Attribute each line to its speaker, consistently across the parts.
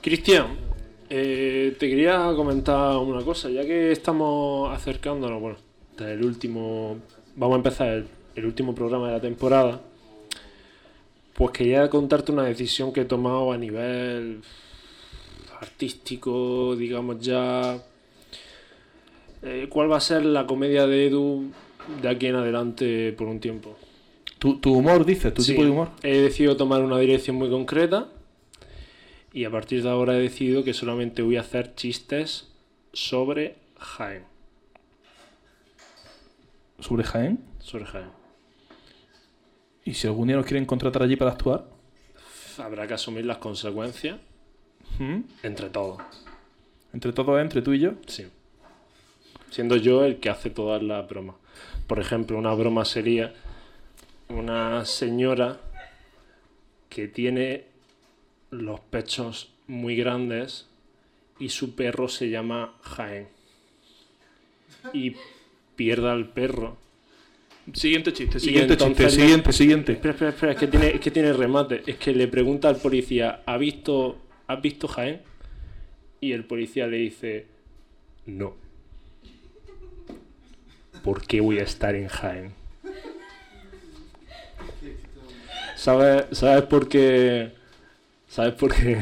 Speaker 1: Cristian, eh, te quería comentar una cosa, ya que estamos acercándonos, bueno, el último, vamos a empezar el, el último programa de la temporada, pues quería contarte una decisión que he tomado a nivel artístico, digamos ya, eh, cuál va a ser la comedia de Edu de aquí en adelante por un tiempo.
Speaker 2: ¿Tu, tu humor, dices? ¿Tu
Speaker 1: Sí,
Speaker 2: tipo de humor?
Speaker 1: He decidido tomar una dirección muy concreta y a partir de ahora he decidido que solamente voy a hacer chistes sobre Jaén.
Speaker 2: ¿Sobre Jaén?
Speaker 1: Sobre Jaén.
Speaker 2: ¿Y si algún día nos quieren contratar allí para actuar?
Speaker 1: Habrá que asumir las consecuencias
Speaker 2: ¿Mm?
Speaker 1: entre todos.
Speaker 2: Entre todos, entre tú y yo.
Speaker 1: Sí. Siendo yo el que hace todas las bromas. Por ejemplo, una broma sería una señora que tiene los pechos muy grandes y su perro se llama Jaén. Y pierda al perro.
Speaker 2: Siguiente
Speaker 1: siguiente
Speaker 2: chiste, siguiente
Speaker 1: entonces
Speaker 2: chiste,
Speaker 1: no-
Speaker 2: siguiente, siguiente.
Speaker 1: Espera, espera, espera, es que tiene, es que tiene remate. Es que le pregunta al policía, ¿ha visto, ¿has visto Jaén? Y el policía le dice, no. ¿Por qué voy a estar en Jaén? ¿Sabes, sabes por qué? ¿Sabes por qué?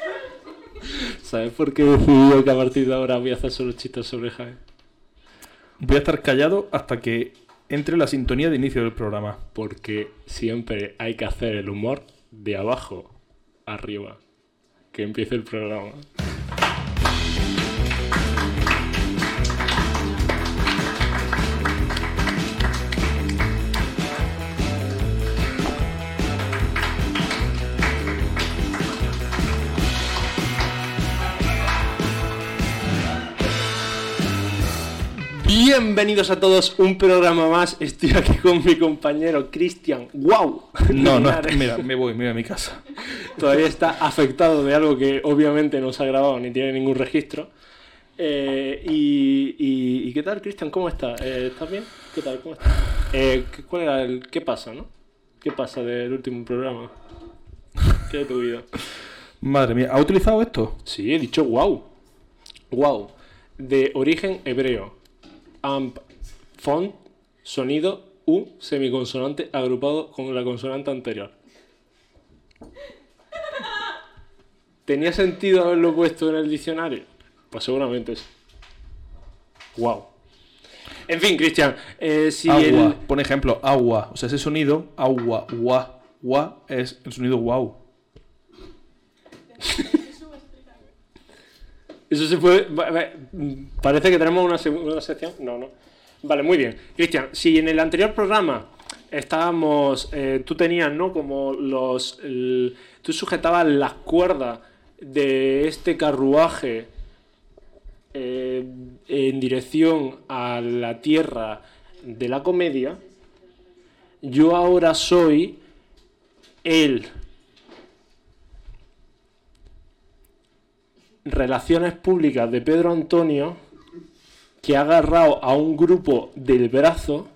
Speaker 1: ¿Sabes por qué he decidido que a partir de ahora voy a hacer solo chistes sobre Jaén?
Speaker 2: Voy a estar callado hasta que entre la sintonía de inicio del programa.
Speaker 1: Porque siempre hay que hacer el humor de abajo arriba. Que empiece el programa. Bienvenidos a todos, un programa más. Estoy aquí con mi compañero Cristian. ¡Wow!
Speaker 2: No, no, mira, me voy, me voy a mi casa.
Speaker 1: todavía está afectado de algo que obviamente no se ha grabado ni tiene ningún registro. Eh, y, y- y qué tal, Cristian? ¿Cómo estás? Eh, ¿Estás bien? ¿Qué tal? ¿Cómo estás? Eh, ¿qué- ¿Cuál era el qué pasa, no? ¿Qué pasa del último programa? ¿Qué de tu vida?
Speaker 2: Madre mía, ¿ha utilizado esto?
Speaker 1: Sí, he dicho wow. Wow. De origen hebreo. Amp, font, sonido, U, semiconsonante agrupado con la consonante anterior. ¿Tenía sentido haberlo puesto en el diccionario? Pues seguramente es. Wow. En fin, Cristian, eh, si
Speaker 2: agua.
Speaker 1: el-
Speaker 2: Por ejemplo, agua. O sea, ese sonido, agua, gua. Gua es el sonido wow.
Speaker 1: Eso se puede. va- va- mm, Parece que tenemos una segunda sección. No, no. Vale, muy bien. Cristian, si en el anterior programa estábamos. eh, tú tenías, ¿no? Como los. el- tú sujetabas las cuerdas de este carruaje eh, en dirección a la tierra de la comedia. Yo ahora soy el Relaciones Públicas de Pedro Antonio que ha agarrado a un grupo del brazo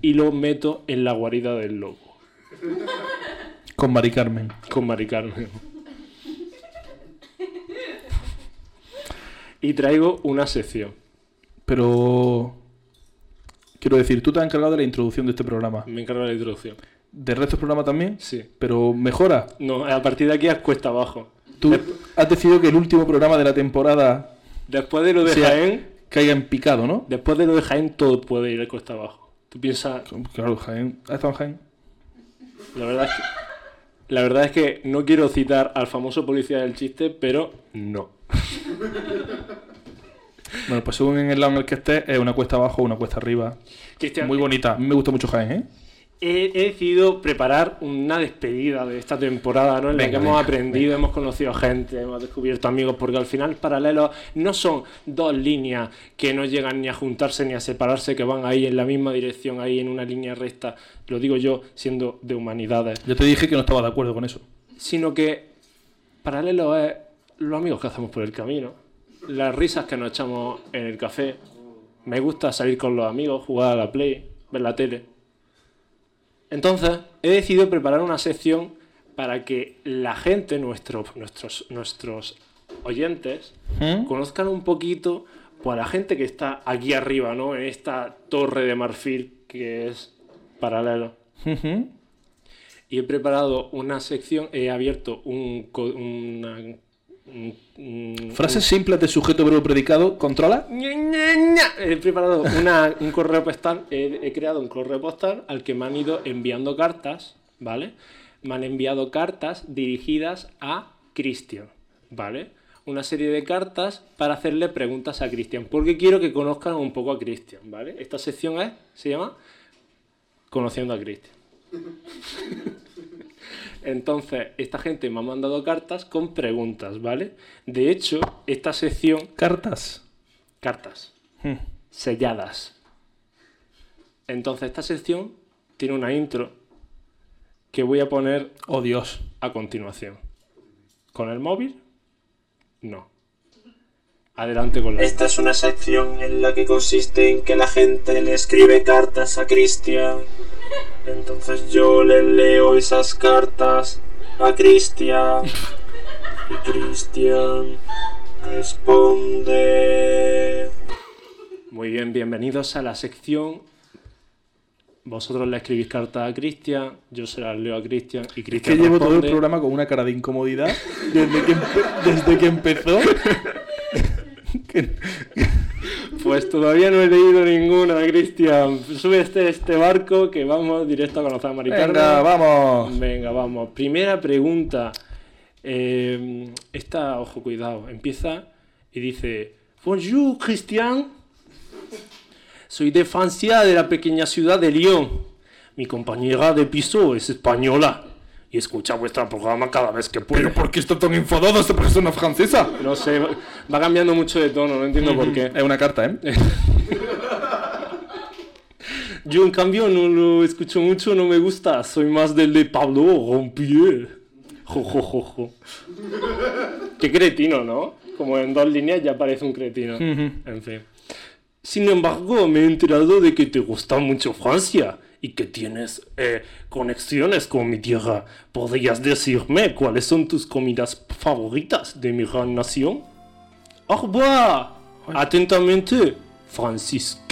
Speaker 1: y lo meto en la guarida del lobo
Speaker 2: Con Mari Carmen.
Speaker 1: con Mari Carmen. Y traigo una sección.
Speaker 2: Pero. Quiero decir, tú te has encargado de la introducción de este programa.
Speaker 1: Me encargo de la introducción.
Speaker 2: ¿Del resto del programa también?
Speaker 1: Sí.
Speaker 2: Pero mejora.
Speaker 1: No, a partir de aquí es cuesta abajo.
Speaker 2: Tú has decidido que el último programa de la temporada
Speaker 1: Después de lo de
Speaker 2: Sí.
Speaker 1: Jaén,
Speaker 2: caiga en picado, ¿no?
Speaker 1: después de lo de Jaén todo puede ir cuesta abajo. Tú piensas,
Speaker 2: Claro, Jaén. ¿Has estado en Jaén?
Speaker 1: La verdad, es que, la verdad es que no quiero citar al famoso policía del chiste, pero no.
Speaker 2: Bueno, pues según en el lado en el que estés, es una cuesta abajo o una cuesta arriba.
Speaker 1: Cristian,
Speaker 2: Muy bonita. A mí me gusta mucho Jaén, ¿eh?
Speaker 1: he, he decidido preparar una despedida de esta temporada, ¿no? En la
Speaker 2: Venga,
Speaker 1: que hemos
Speaker 2: venga,
Speaker 1: aprendido, hemos conocido gente, hemos descubierto amigos, porque al final paralelos no son dos líneas que no llegan ni a juntarse ni a separarse, que van ahí en la misma dirección, ahí en una línea recta, lo digo yo, siendo de humanidades,
Speaker 2: Yo te dije que no estaba de acuerdo con eso.
Speaker 1: sino que paralelo es los amigos que hacemos por el camino, las risas que nos echamos en el café. Me gusta salir con los amigos, jugar a la Play, ver la tele. Entonces, he decidido preparar una sección para que la gente, nuestro- nuestros, nuestros oyentes,
Speaker 2: ¿Mm?
Speaker 1: conozcan un poquito pues, a la gente que está aquí arriba, ¿no? En esta torre de marfil que es paralelo.
Speaker 2: Ujú.
Speaker 1: Y he preparado una sección, he abierto un... co- una- un- un-
Speaker 2: Frases simples de sujeto verbo predicado, controla.
Speaker 1: Ña, Ña, Ña. He preparado una- un correo postal, he, he creado un correo postal al que me han ido enviando cartas, ¿vale? Me han enviado cartas dirigidas a Cristian, ¿vale? Una serie de cartas para hacerle preguntas a Cristian, porque quiero que conozcan un poco a Cristian, ¿vale? Esta sección es, se llama Conociendo a Cristian. Entonces, esta gente me ha mandado cartas con preguntas, ¿vale? De hecho, esta sección
Speaker 2: Cartas.
Speaker 1: cartas
Speaker 2: Hmm.
Speaker 1: selladas. Entonces esta sección tiene una intro que voy a poner
Speaker 2: Oh Dios.
Speaker 1: a continuación. ¿Con el móvil? No. Adelante con la
Speaker 3: Esta es una sección en la que consiste en que la gente le escribe cartas a Cristian. Entonces yo le leo esas cartas a Cristian. Y Cristian responde.
Speaker 1: Muy bien, bienvenidos a la sección. Vosotros le escribís cartas a Cristian, yo se las leo a Cristian y
Speaker 2: Que
Speaker 1: Cristian
Speaker 2: llevo todo el
Speaker 1: responde.
Speaker 2: programa con una cara de incomodidad desde que, empe- desde que empezó. Que-
Speaker 1: Pues todavía no he leído ninguna, Cristian. Sube este, este barco que vamos directo con la Maricarmen.
Speaker 2: Venga, vamos.
Speaker 1: Venga, vamos. Primera pregunta. Eh, esta, ojo, cuidado. Empieza y dice: Bonjour, Christian. Soy de Francia, de la pequeña ciudad de Lyon. Mi compañera de piso es española y escucha vuestro programa cada vez que puedo.
Speaker 2: ¿Pero por qué está tan enfadada esta persona francesa?
Speaker 1: No sé, va va cambiando mucho de tono, no entiendo por qué.
Speaker 2: Es una carta, ¿eh?
Speaker 1: Yo, en cambio, no lo escucho mucho, no me gusta. Soy más del de Pablo Rompier. Jo, jo, jo, jo. Qué cretino, ¿no? Como en dos líneas ya parece un cretino. En fin. Sin embargo, me he enterado de que te gusta mucho Francia y que tienes eh, conexiones con mi tierra. ¿Podrías decirme cuáles son tus comidas favoritas de mi gran nación? ¡Au revoir! Atentamente, Francisco.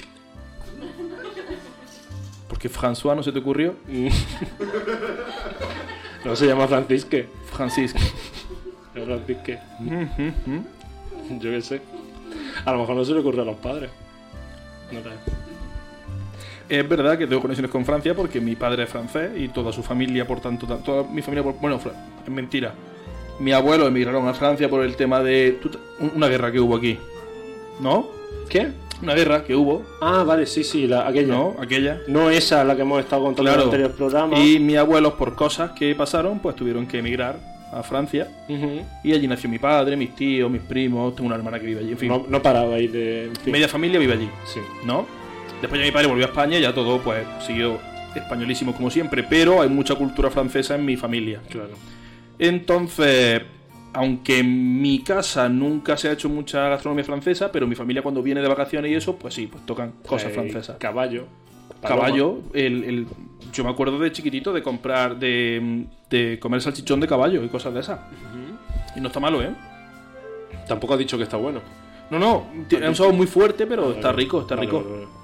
Speaker 2: Porque François no se te ocurrió.
Speaker 1: No se llama Francisque.
Speaker 2: Francisco.
Speaker 1: Es Francisque. Yo qué sé. A lo mejor no se le ocurre a los padres. No sé.
Speaker 2: Es verdad que tengo conexiones con Francia porque mi padre es francés y toda su familia, por tanto, ta- toda mi familia, por- bueno, fra- es mentira. Mi abuelo emigraron a Francia por el tema de tú te- un- una guerra que hubo aquí. ¿No?
Speaker 1: ¿Qué?
Speaker 2: Una guerra que hubo,
Speaker 1: Ah, vale, sí, sí, la, aquella.
Speaker 2: ¿no? Aquella.
Speaker 1: No esa la que hemos estado contando en el anterior programa.
Speaker 2: Y mis abuelos, por cosas que pasaron, pues tuvieron que emigrar a Francia.
Speaker 1: Ujú.
Speaker 2: Y allí nació mi padre, mis tíos, mis primos, tengo una hermana que vive allí, en fin.
Speaker 1: no, no paraba ahí de. en fin.
Speaker 2: Media familia vive allí.
Speaker 1: Sí.
Speaker 2: ¿no? Después ya mi padre volvió a España y ya todo pues siguió españolísimo como siempre, pero hay mucha cultura francesa en mi familia.
Speaker 1: Claro.
Speaker 2: Entonces, aunque en mi casa nunca se ha hecho mucha gastronomía francesa, pero mi familia cuando viene de vacaciones y eso, pues sí, pues tocan cosas
Speaker 1: Eh,
Speaker 2: francesas.
Speaker 1: Caballo. paloma.
Speaker 2: Caballo, el, el- yo me acuerdo de chiquitito de comprar, de, de comer salchichón de caballo y cosas de esas. Y no está malo, ¿eh?
Speaker 1: Tampoco ha dicho que está bueno.
Speaker 2: No, no, tiene un sabor muy fuerte, pero está rico, está
Speaker 1: Vale,
Speaker 2: rico.
Speaker 1: vale, vale.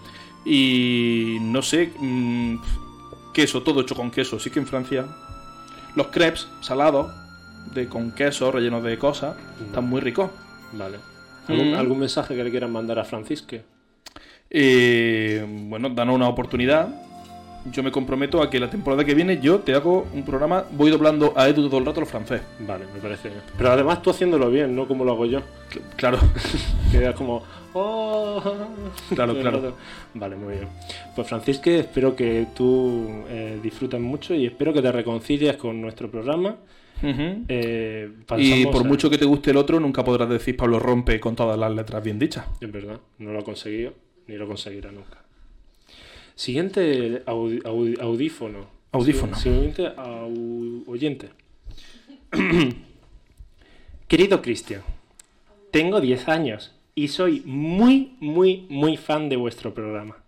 Speaker 2: Y no sé, mm, queso, todo hecho con queso. Sí que en Francia. Los crepes salados, de, con queso, rellenos de cosas, están muy ricos.
Speaker 1: Vale. ¿Algún,
Speaker 2: Mm.
Speaker 1: algún mensaje que le quieran mandar a Francisque?
Speaker 2: Eh, bueno, danos una oportunidad. Yo me comprometo a que la temporada que viene yo te hago un programa. Voy doblando a Edu todo el rato los francés.
Speaker 1: Vale, me parece bien. Pero además tú haciéndolo bien, no como lo hago yo.
Speaker 2: Cl- Claro,
Speaker 1: Que era como. "Oh".
Speaker 2: Claro,
Speaker 1: Todo el
Speaker 2: claro.
Speaker 1: rato. Vale, muy bien. Pues, Francisque, espero que tú eh, disfrutes mucho y espero que te reconcilies con nuestro programa.
Speaker 2: Ujú.
Speaker 1: Eh,
Speaker 2: Y
Speaker 1: pasamos
Speaker 2: por
Speaker 1: a-
Speaker 2: mucho que te guste el otro, nunca podrás decir Pablo Rompe con todas las letras bien dichas.
Speaker 1: Es verdad, no lo ha conseguido ni lo conseguirá nunca. Siguiente audi- audi- audífono.
Speaker 2: Audífono.
Speaker 1: Si- Siguiente au- oyente. Querido Cristian, tengo 10 años y soy muy, muy, muy fan de vuestro programa.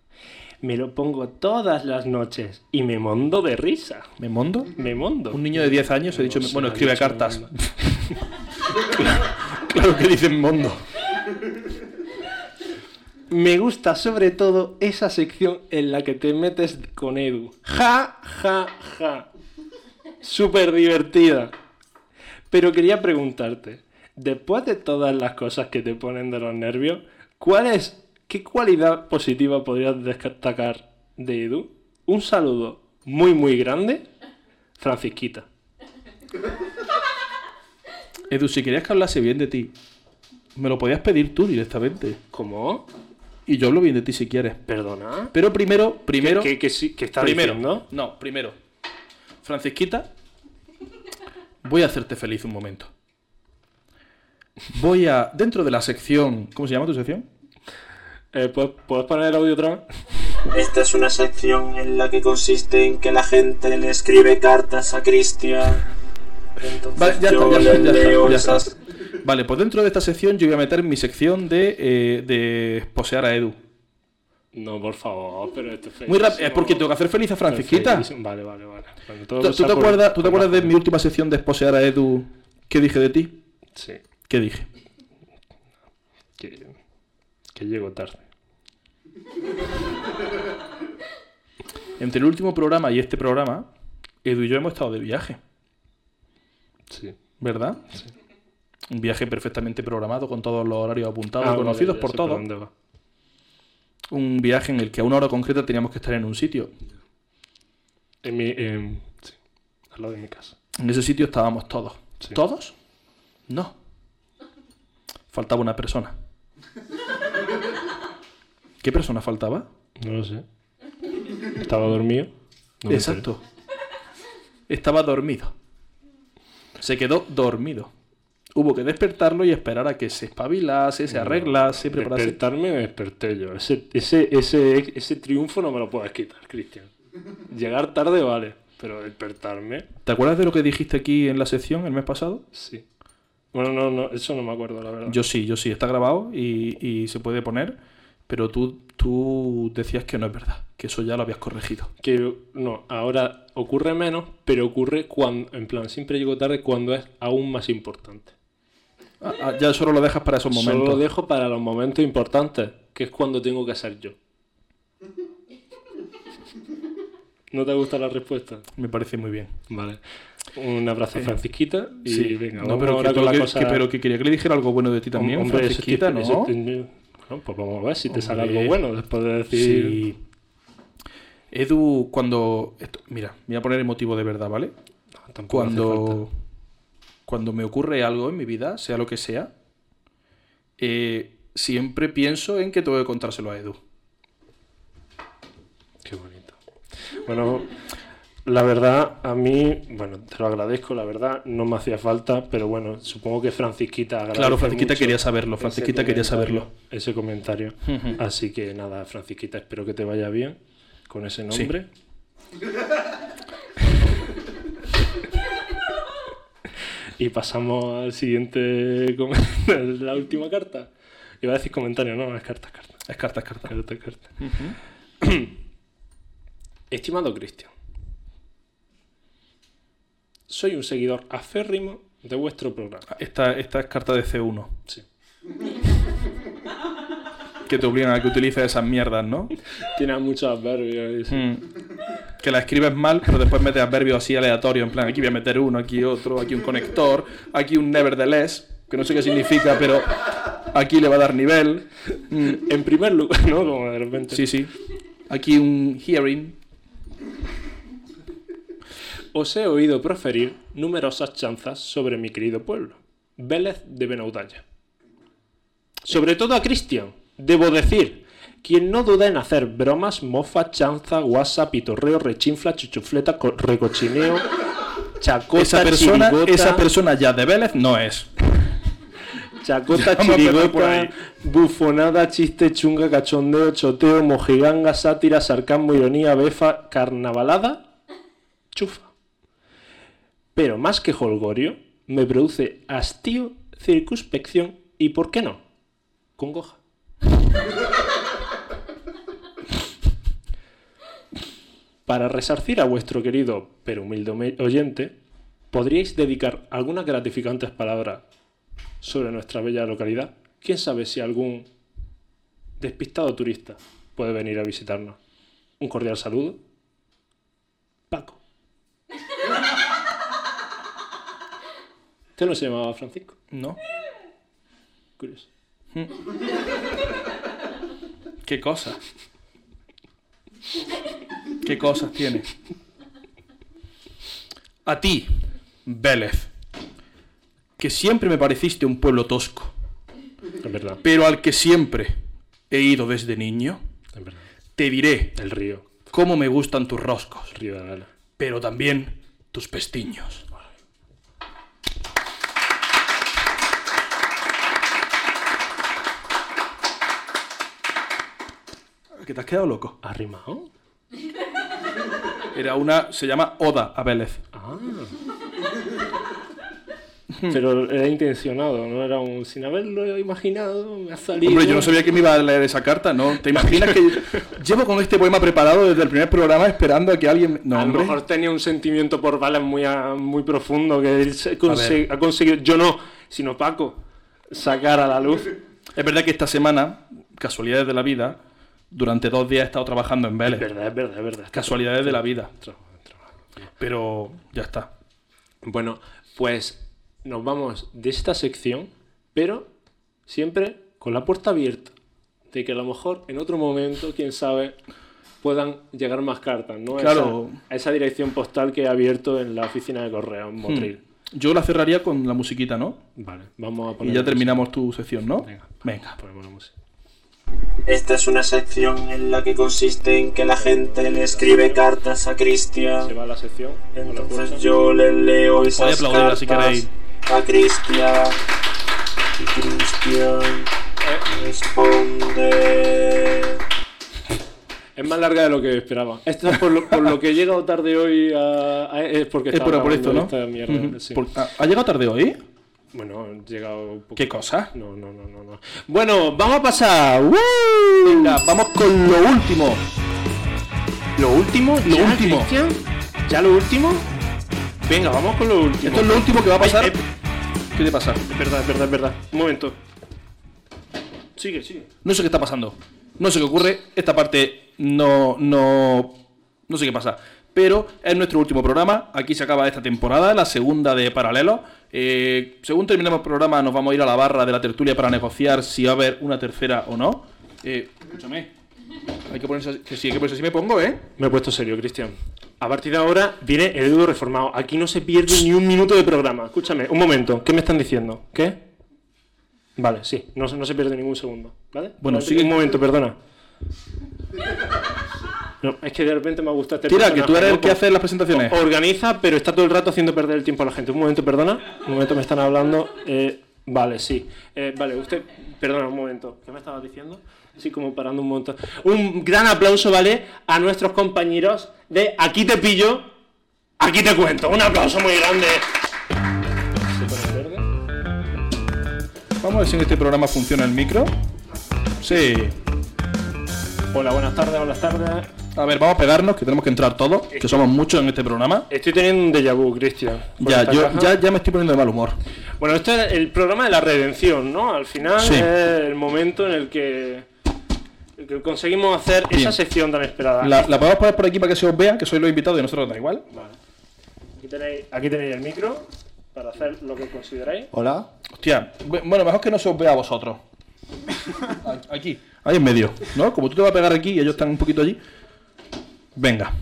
Speaker 1: Me lo pongo todas las noches y me mondo de risa.
Speaker 2: ¿Me mondo?
Speaker 1: Me mondo.
Speaker 2: Un niño de 10 años he dicho,
Speaker 1: No sé,
Speaker 2: bueno,
Speaker 1: ha
Speaker 2: escribe
Speaker 1: dicho
Speaker 2: cartas.
Speaker 1: mondo.
Speaker 2: claro que dicen mondo.
Speaker 1: Me gusta sobre todo esa sección en la que te metes con Edu. Ja, ja, ja. Súper divertida. Pero quería preguntarte, después de todas las cosas que te ponen de los nervios, ¿cuál es, ¿qué cualidad positiva podrías destacar de Edu? Un saludo muy, muy grande, Francisquita.
Speaker 2: Edu, si querías que hablase bien de ti, me lo podías pedir tú directamente.
Speaker 1: ¿Cómo?
Speaker 2: Y yo hablo bien de ti si quieres.
Speaker 1: ¿Perdona?
Speaker 2: Pero primero, primero.
Speaker 1: ¿Qué, qué sí- qué está
Speaker 2: primero,
Speaker 1: diciendo?
Speaker 2: No, primero. Francisquita, voy a hacerte feliz un momento. Voy a. Dentro de la sección. ¿Cómo se llama tu sección?
Speaker 1: Eh, ¿puedes, puedes poner el audio otra vez?
Speaker 3: Esta es una sección en la que consiste en que la gente le escribe cartas a Cristian. Entonces
Speaker 2: Vale, ya está,
Speaker 3: yo
Speaker 2: ya está,
Speaker 3: le
Speaker 2: ya está,
Speaker 3: leo
Speaker 2: ya está.
Speaker 3: esas
Speaker 2: Vale, pues dentro de esta sección yo voy a meter mi sección de, eh, de posear a Edu.
Speaker 1: No, por favor, pero esto es
Speaker 2: Muy rápido,
Speaker 1: feísimo.
Speaker 2: es porque tengo que hacer feliz a Francisquita.
Speaker 1: Perfectísimo. Vale, vale, vale. Cuando todo
Speaker 2: ¿Tú, tú
Speaker 1: sea
Speaker 2: te
Speaker 1: por-
Speaker 2: acuerdas, ¿Tú te
Speaker 1: por
Speaker 2: acuerdas de
Speaker 1: bajo.
Speaker 2: mi última sección de esposear a Edu? ¿Qué dije de ti?
Speaker 1: Sí,
Speaker 2: ¿Qué dije?
Speaker 1: que, que llego tarde.
Speaker 2: Entre el último programa y este programa, Edu y yo hemos estado de viaje,
Speaker 1: Sí.
Speaker 2: ¿verdad? Un viaje perfectamente programado, con todos los horarios apuntados,
Speaker 1: Ah,
Speaker 2: y conocidos
Speaker 1: vale, ya
Speaker 2: por
Speaker 1: sé por
Speaker 2: todos.
Speaker 1: dónde va.
Speaker 2: Un viaje en el que a una hora concreta teníamos que estar en un sitio.
Speaker 1: En mi. en- sí, al lado de mi casa.
Speaker 2: En ese sitio estábamos todos.
Speaker 1: Sí.
Speaker 2: ¿Todos? No. Faltaba una persona. ¿Qué persona faltaba?
Speaker 1: No lo sé. Estaba dormido. No me
Speaker 2: Exacto. Estaba dormido. Se quedó dormido. Hubo que despertarlo y esperar a que se espabilase, se arreglase,
Speaker 1: enteré.
Speaker 2: preparase.
Speaker 1: Despertarme me desperté yo. Ese, ese, ese, ese triunfo no me lo puedes quitar, Cristian. Llegar tarde vale, pero despertarme,
Speaker 2: ¿Te acuerdas de lo que dijiste aquí en la sección el mes pasado?
Speaker 1: sí. Bueno, no, no, eso no me acuerdo, la verdad.
Speaker 2: Yo sí, yo sí, está grabado y, y se puede poner, pero tú, tú decías que no es verdad, que eso ya lo habías corregido.
Speaker 1: que no, ahora ocurre menos, pero ocurre cuando, en plan, siempre llego tarde cuando es aún más importante.
Speaker 2: Ah, ah, ya solo lo dejas para esos momentos.
Speaker 1: Solo lo dejo para los momentos importantes, que es cuando tengo que ser yo. ¿No te gusta la respuesta?
Speaker 2: Me parece muy bien.
Speaker 1: Vale. Un abrazo, Francisquita. Y venga,
Speaker 2: Eh, no,
Speaker 1: vamos
Speaker 2: pero,
Speaker 1: ahora
Speaker 2: que,
Speaker 1: con la
Speaker 2: que-
Speaker 1: cosa.
Speaker 2: que- pero que quería que le dijera algo bueno de ti también,
Speaker 1: Hombre, eso estoy-
Speaker 2: Francisquita,
Speaker 1: eso
Speaker 2: ¿no?
Speaker 1: estoy- este Bueno, pues vamos a ver si te sale
Speaker 2: Hombre.
Speaker 1: algo bueno después de decir.
Speaker 2: Sí. Edu, cuando. esto- mira, me voy a poner emotivo de verdad, ¿vale?
Speaker 1: No, tampoco hace falta.
Speaker 2: Cuando. Cuando me ocurre algo en mi vida, sea lo que sea, eh, siempre pienso en que tengo que contárselo a Edu.
Speaker 1: Qué bonito. Bueno, la verdad, a mí, bueno, te lo agradezco, la verdad, no me hacía falta, pero bueno, supongo que Francisquita agradece
Speaker 2: Claro, Francisquita
Speaker 1: mucho
Speaker 2: quería saberlo,
Speaker 1: ese
Speaker 2: Francisquita quería
Speaker 1: comentario,
Speaker 2: saberlo.
Speaker 1: Ese comentario.
Speaker 2: Ujú.
Speaker 1: Así que nada, Francisquita, espero que te vaya bien con ese
Speaker 2: Sí.
Speaker 1: nombre. y pasamos al siguiente, com- la última carta. Iba a decir comentario, no, es carta, carta.
Speaker 2: Es carta, es carta.
Speaker 1: Carta, carta. Estimado Cristian, soy un seguidor aférrimo de vuestro programa.
Speaker 2: Esta, esta es carta de C1,
Speaker 1: Sí.
Speaker 2: que te obligan a que utilices esas mierdas, ¿no?
Speaker 1: Tiene muchos adverbios. y-
Speaker 2: Mm. Que la escribes mal, pero después metes adverbios así aleatorios. En plan, aquí voy a meter uno, aquí otro, aquí un conector, aquí un nevertheless, que no sé qué significa, pero aquí le va a dar nivel. Mm,
Speaker 1: En primer lugar, ¿no? Como de repente.
Speaker 2: Sí, sí. Aquí un hearing.
Speaker 1: Os he oído proferir numerosas chanzas sobre mi querido pueblo, Vélez de Benaudalla. Sobre todo a Cristian, debo decir, quien no duda en hacer bromas, mofa, chanza, guasa, pitorreo, rechinfla, chuchufleta, co- recochineo, chacota,
Speaker 2: Esa persona,
Speaker 1: chirigota,
Speaker 2: esa persona ya de Vélez no es.
Speaker 1: chacota,
Speaker 2: Vamos a empezar por
Speaker 1: chirigota,
Speaker 2: ahí.
Speaker 1: bufonada, chiste, chunga, cachondeo, choteo, mojiganga, sátira, sarcasmo, ironía, befa, carnavalada, chufa. Pero más que holgorio, me produce hastío, circunspección y, ¿por qué no? Congoja. Para resarcir a vuestro querido pero humilde ome- oyente, ¿podríais dedicar algunas gratificantes palabras sobre nuestra bella localidad? ¿Quién sabe si algún despistado turista puede venir a visitarnos? Un cordial saludo. Paco. ¿Usted Este no se llamaba Francisco?
Speaker 2: ¿No?
Speaker 1: Curioso.
Speaker 2: ¿Qué cosas? ¿Qué cosas tiene? A ti, Vélez, que siempre me pareciste un pueblo tosco,
Speaker 1: Es verdad,
Speaker 2: pero al que siempre he ido desde niño,
Speaker 1: es verdad.
Speaker 2: te diré
Speaker 1: El río,
Speaker 2: cómo me gustan tus roscos,
Speaker 1: el río de la Gala.
Speaker 2: pero también tus pestiños. ¿Que te has quedado loco?
Speaker 1: ¿Arrimao?
Speaker 2: Era una, se llama Oda a Vélez.
Speaker 1: Ah. Pero era intencionado, no era un sin haberlo imaginado, me ha salido.
Speaker 2: Hombre, yo no sabía que me iba a leer esa carta, ¿no? ¿Te imaginas que yo- llevo con este poema preparado desde el primer programa esperando a que alguien... No,
Speaker 1: A lo
Speaker 2: hombre.
Speaker 1: mejor tenía un sentimiento por Balas muy, a- muy profundo que él se conse-
Speaker 2: ver.
Speaker 1: ha conseguido, yo no, sino Paco, sacar a la luz.
Speaker 2: Es verdad que esta semana, casualidades de la vida, durante dos días he estado trabajando en
Speaker 1: Es
Speaker 2: Vélez.
Speaker 1: verdad, es verdad, es verdad. Está
Speaker 2: Casualidades de la vida.
Speaker 1: trabajo, trabajo.
Speaker 2: Pero ya está.
Speaker 1: Bueno, pues nos vamos de esta sección, pero siempre con la puerta abierta de que a lo mejor en otro momento, quién sabe, puedan llegar más cartas, ¿no? A
Speaker 2: Claro.
Speaker 1: esa- A, esa, dirección postal que he abierto en la oficina de correo en
Speaker 2: Hmm.
Speaker 1: Motril.
Speaker 2: Yo la cerraría con la musiquita, ¿no?
Speaker 1: Vale, vamos a
Speaker 2: Y
Speaker 1: poner.
Speaker 2: ya terminamos tu sección, ¿no?
Speaker 1: Venga.
Speaker 2: Venga.
Speaker 1: Ponemos la música.
Speaker 3: Esta es una sección en la que consiste en que la gente le escribe cartas a
Speaker 1: Se
Speaker 3: Cristian.
Speaker 1: va a la sección. con la puerta.
Speaker 3: Entonces yo le leo
Speaker 2: Podéis
Speaker 3: esas
Speaker 2: aplaudirla si
Speaker 3: cartas
Speaker 2: queréis.
Speaker 3: a Cristian. Y Cristian responde.
Speaker 1: Es más larga de lo que esperaba. Esto es por lo, por lo que he llegado tarde hoy a, a- es porque
Speaker 2: Es por,
Speaker 1: estaba
Speaker 2: por esto, ¿no?
Speaker 1: grabando esta mierda,
Speaker 2: Ujú.
Speaker 1: sí.
Speaker 2: Por- ah, ¿Ha llegado tarde hoy?
Speaker 1: Bueno, he llegado un poco-
Speaker 2: ¿Qué cosa?
Speaker 1: No, no, no, no, no. Bueno, vamos a pasar. ¡Uh!
Speaker 2: Venga, vamos con lo último. Lo último, lo
Speaker 1: ¿Ya,
Speaker 2: último.
Speaker 1: Cristian? ¿Ya lo último? Venga, vamos con lo último.
Speaker 2: Esto es lo último que va a pasar.
Speaker 1: Ay, eh.
Speaker 2: ¿Qué te pasa?
Speaker 1: Es verdad, es verdad, es verdad. Un momento. Sigue, sigue.
Speaker 2: No sé qué está pasando. No sé qué ocurre. Esta parte no. no. No sé qué pasa. Pero es nuestro último programa. Aquí se acaba esta temporada, la segunda de Paralelo. Eh, según terminemos el programa, nos vamos a ir a la barra de la tertulia para negociar si va a haber una tercera o no. Eh, escúchame. Hay que ponerse así. Que sí, hay que ponerse así. Me pongo, ¿eh?
Speaker 1: Me he puesto serio, Cristian. A partir de ahora viene el Edu reformado. Aquí no se pierde ni un minuto de programa. Escúchame, un momento. ¿Qué me están diciendo? ¿Qué? Vale, sí, no, se- no se pierde ningún segundo. ¿Vale?
Speaker 2: Bueno,
Speaker 1: Vale,
Speaker 2: sigue.
Speaker 1: Un momento, perdona. No, es que de repente me ha gustado este
Speaker 2: Tira, que tú
Speaker 1: personaje,
Speaker 2: eres el
Speaker 1: ¿no?
Speaker 2: que hace las presentaciones.
Speaker 1: organiza, pero está todo el rato haciendo perder el tiempo a la gente. Un momento, perdona. Un momento, me están hablando. Eh, vale, sí. Eh, vale, usted, perdona, un momento. ¿Qué me estabas diciendo? Sí, como parando un montón. Un gran aplauso, ¿vale? A nuestros compañeros de Aquí te pillo, aquí te cuento. Un aplauso muy grande.
Speaker 2: Vamos a ver si en este programa funciona el micro. Sí.
Speaker 1: Hola, buenas tardes, buenas tardes.
Speaker 2: A ver, vamos a pegarnos, que tenemos que entrar todos, que somos muchos en este programa.
Speaker 1: Estoy teniendo un déjà vu, Cristian. con
Speaker 2: Ya,
Speaker 1: esta
Speaker 2: yo
Speaker 1: caja.
Speaker 2: ya, ya me estoy poniendo de mal humor.
Speaker 1: Bueno, este es el programa de la redención, ¿no? Al final
Speaker 2: Sí.
Speaker 1: es el momento en el que, el que conseguimos hacer
Speaker 2: Bien.
Speaker 1: esa sección tan esperada.
Speaker 2: La, la podemos poner por aquí para que se os vea, que sois los invitados y nosotros da igual.
Speaker 1: Vale. Aquí, tenéis, aquí tenéis el micro para hacer lo que consideráis.
Speaker 4: Hola.
Speaker 2: Hostia, bu- bueno, mejor que no se os vea a vosotros. A- Aquí. Ahí en medio, ¿no? Como tú te vas a pegar aquí y ellos están un poquito allí. Venga.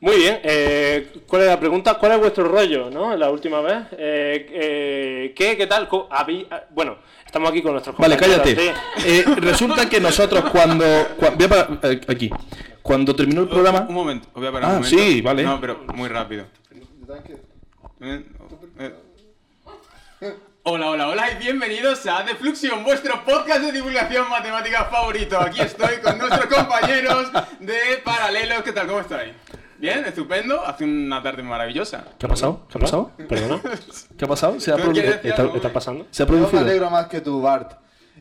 Speaker 1: Muy bien, eh, ¿cuál es la pregunta? ¿Cuál es vuestro rollo, no? La última vez. Eh, eh, ¿Qué, qué tal? Co- habí- ah, Bueno, estamos aquí con nuestros
Speaker 2: Vale,
Speaker 1: compañeros
Speaker 2: cállate.
Speaker 1: de-
Speaker 2: Eh, resulta que nosotros cuando... cua- voy a pa- eh, aquí. Cuando terminó el programa...
Speaker 5: Un momento, os voy a parar
Speaker 2: Ah,
Speaker 5: un momento.
Speaker 2: sí, vale.
Speaker 5: No, pero muy rápido. Eh, eh. Hola, hola, hola y bienvenidos a Defluxion, vuestro podcast de divulgación matemática favorito. Aquí estoy con nuestros compañeros de Paralelos. ¿Qué tal? ¿Cómo estáis? Bien, estupendo. Hace una tarde maravillosa.
Speaker 2: ¿Qué ha pasado? ¿Qué ha pasado?
Speaker 1: Perdona,
Speaker 2: ¿Qué ha pasado? Se ha,
Speaker 5: ¿Tú
Speaker 2: produ-
Speaker 5: quieres decir
Speaker 1: ¿está,
Speaker 5: algo?
Speaker 1: está pasando?
Speaker 2: se ha
Speaker 4: Yo me
Speaker 2: producido...
Speaker 4: alegro más que tú, Bart.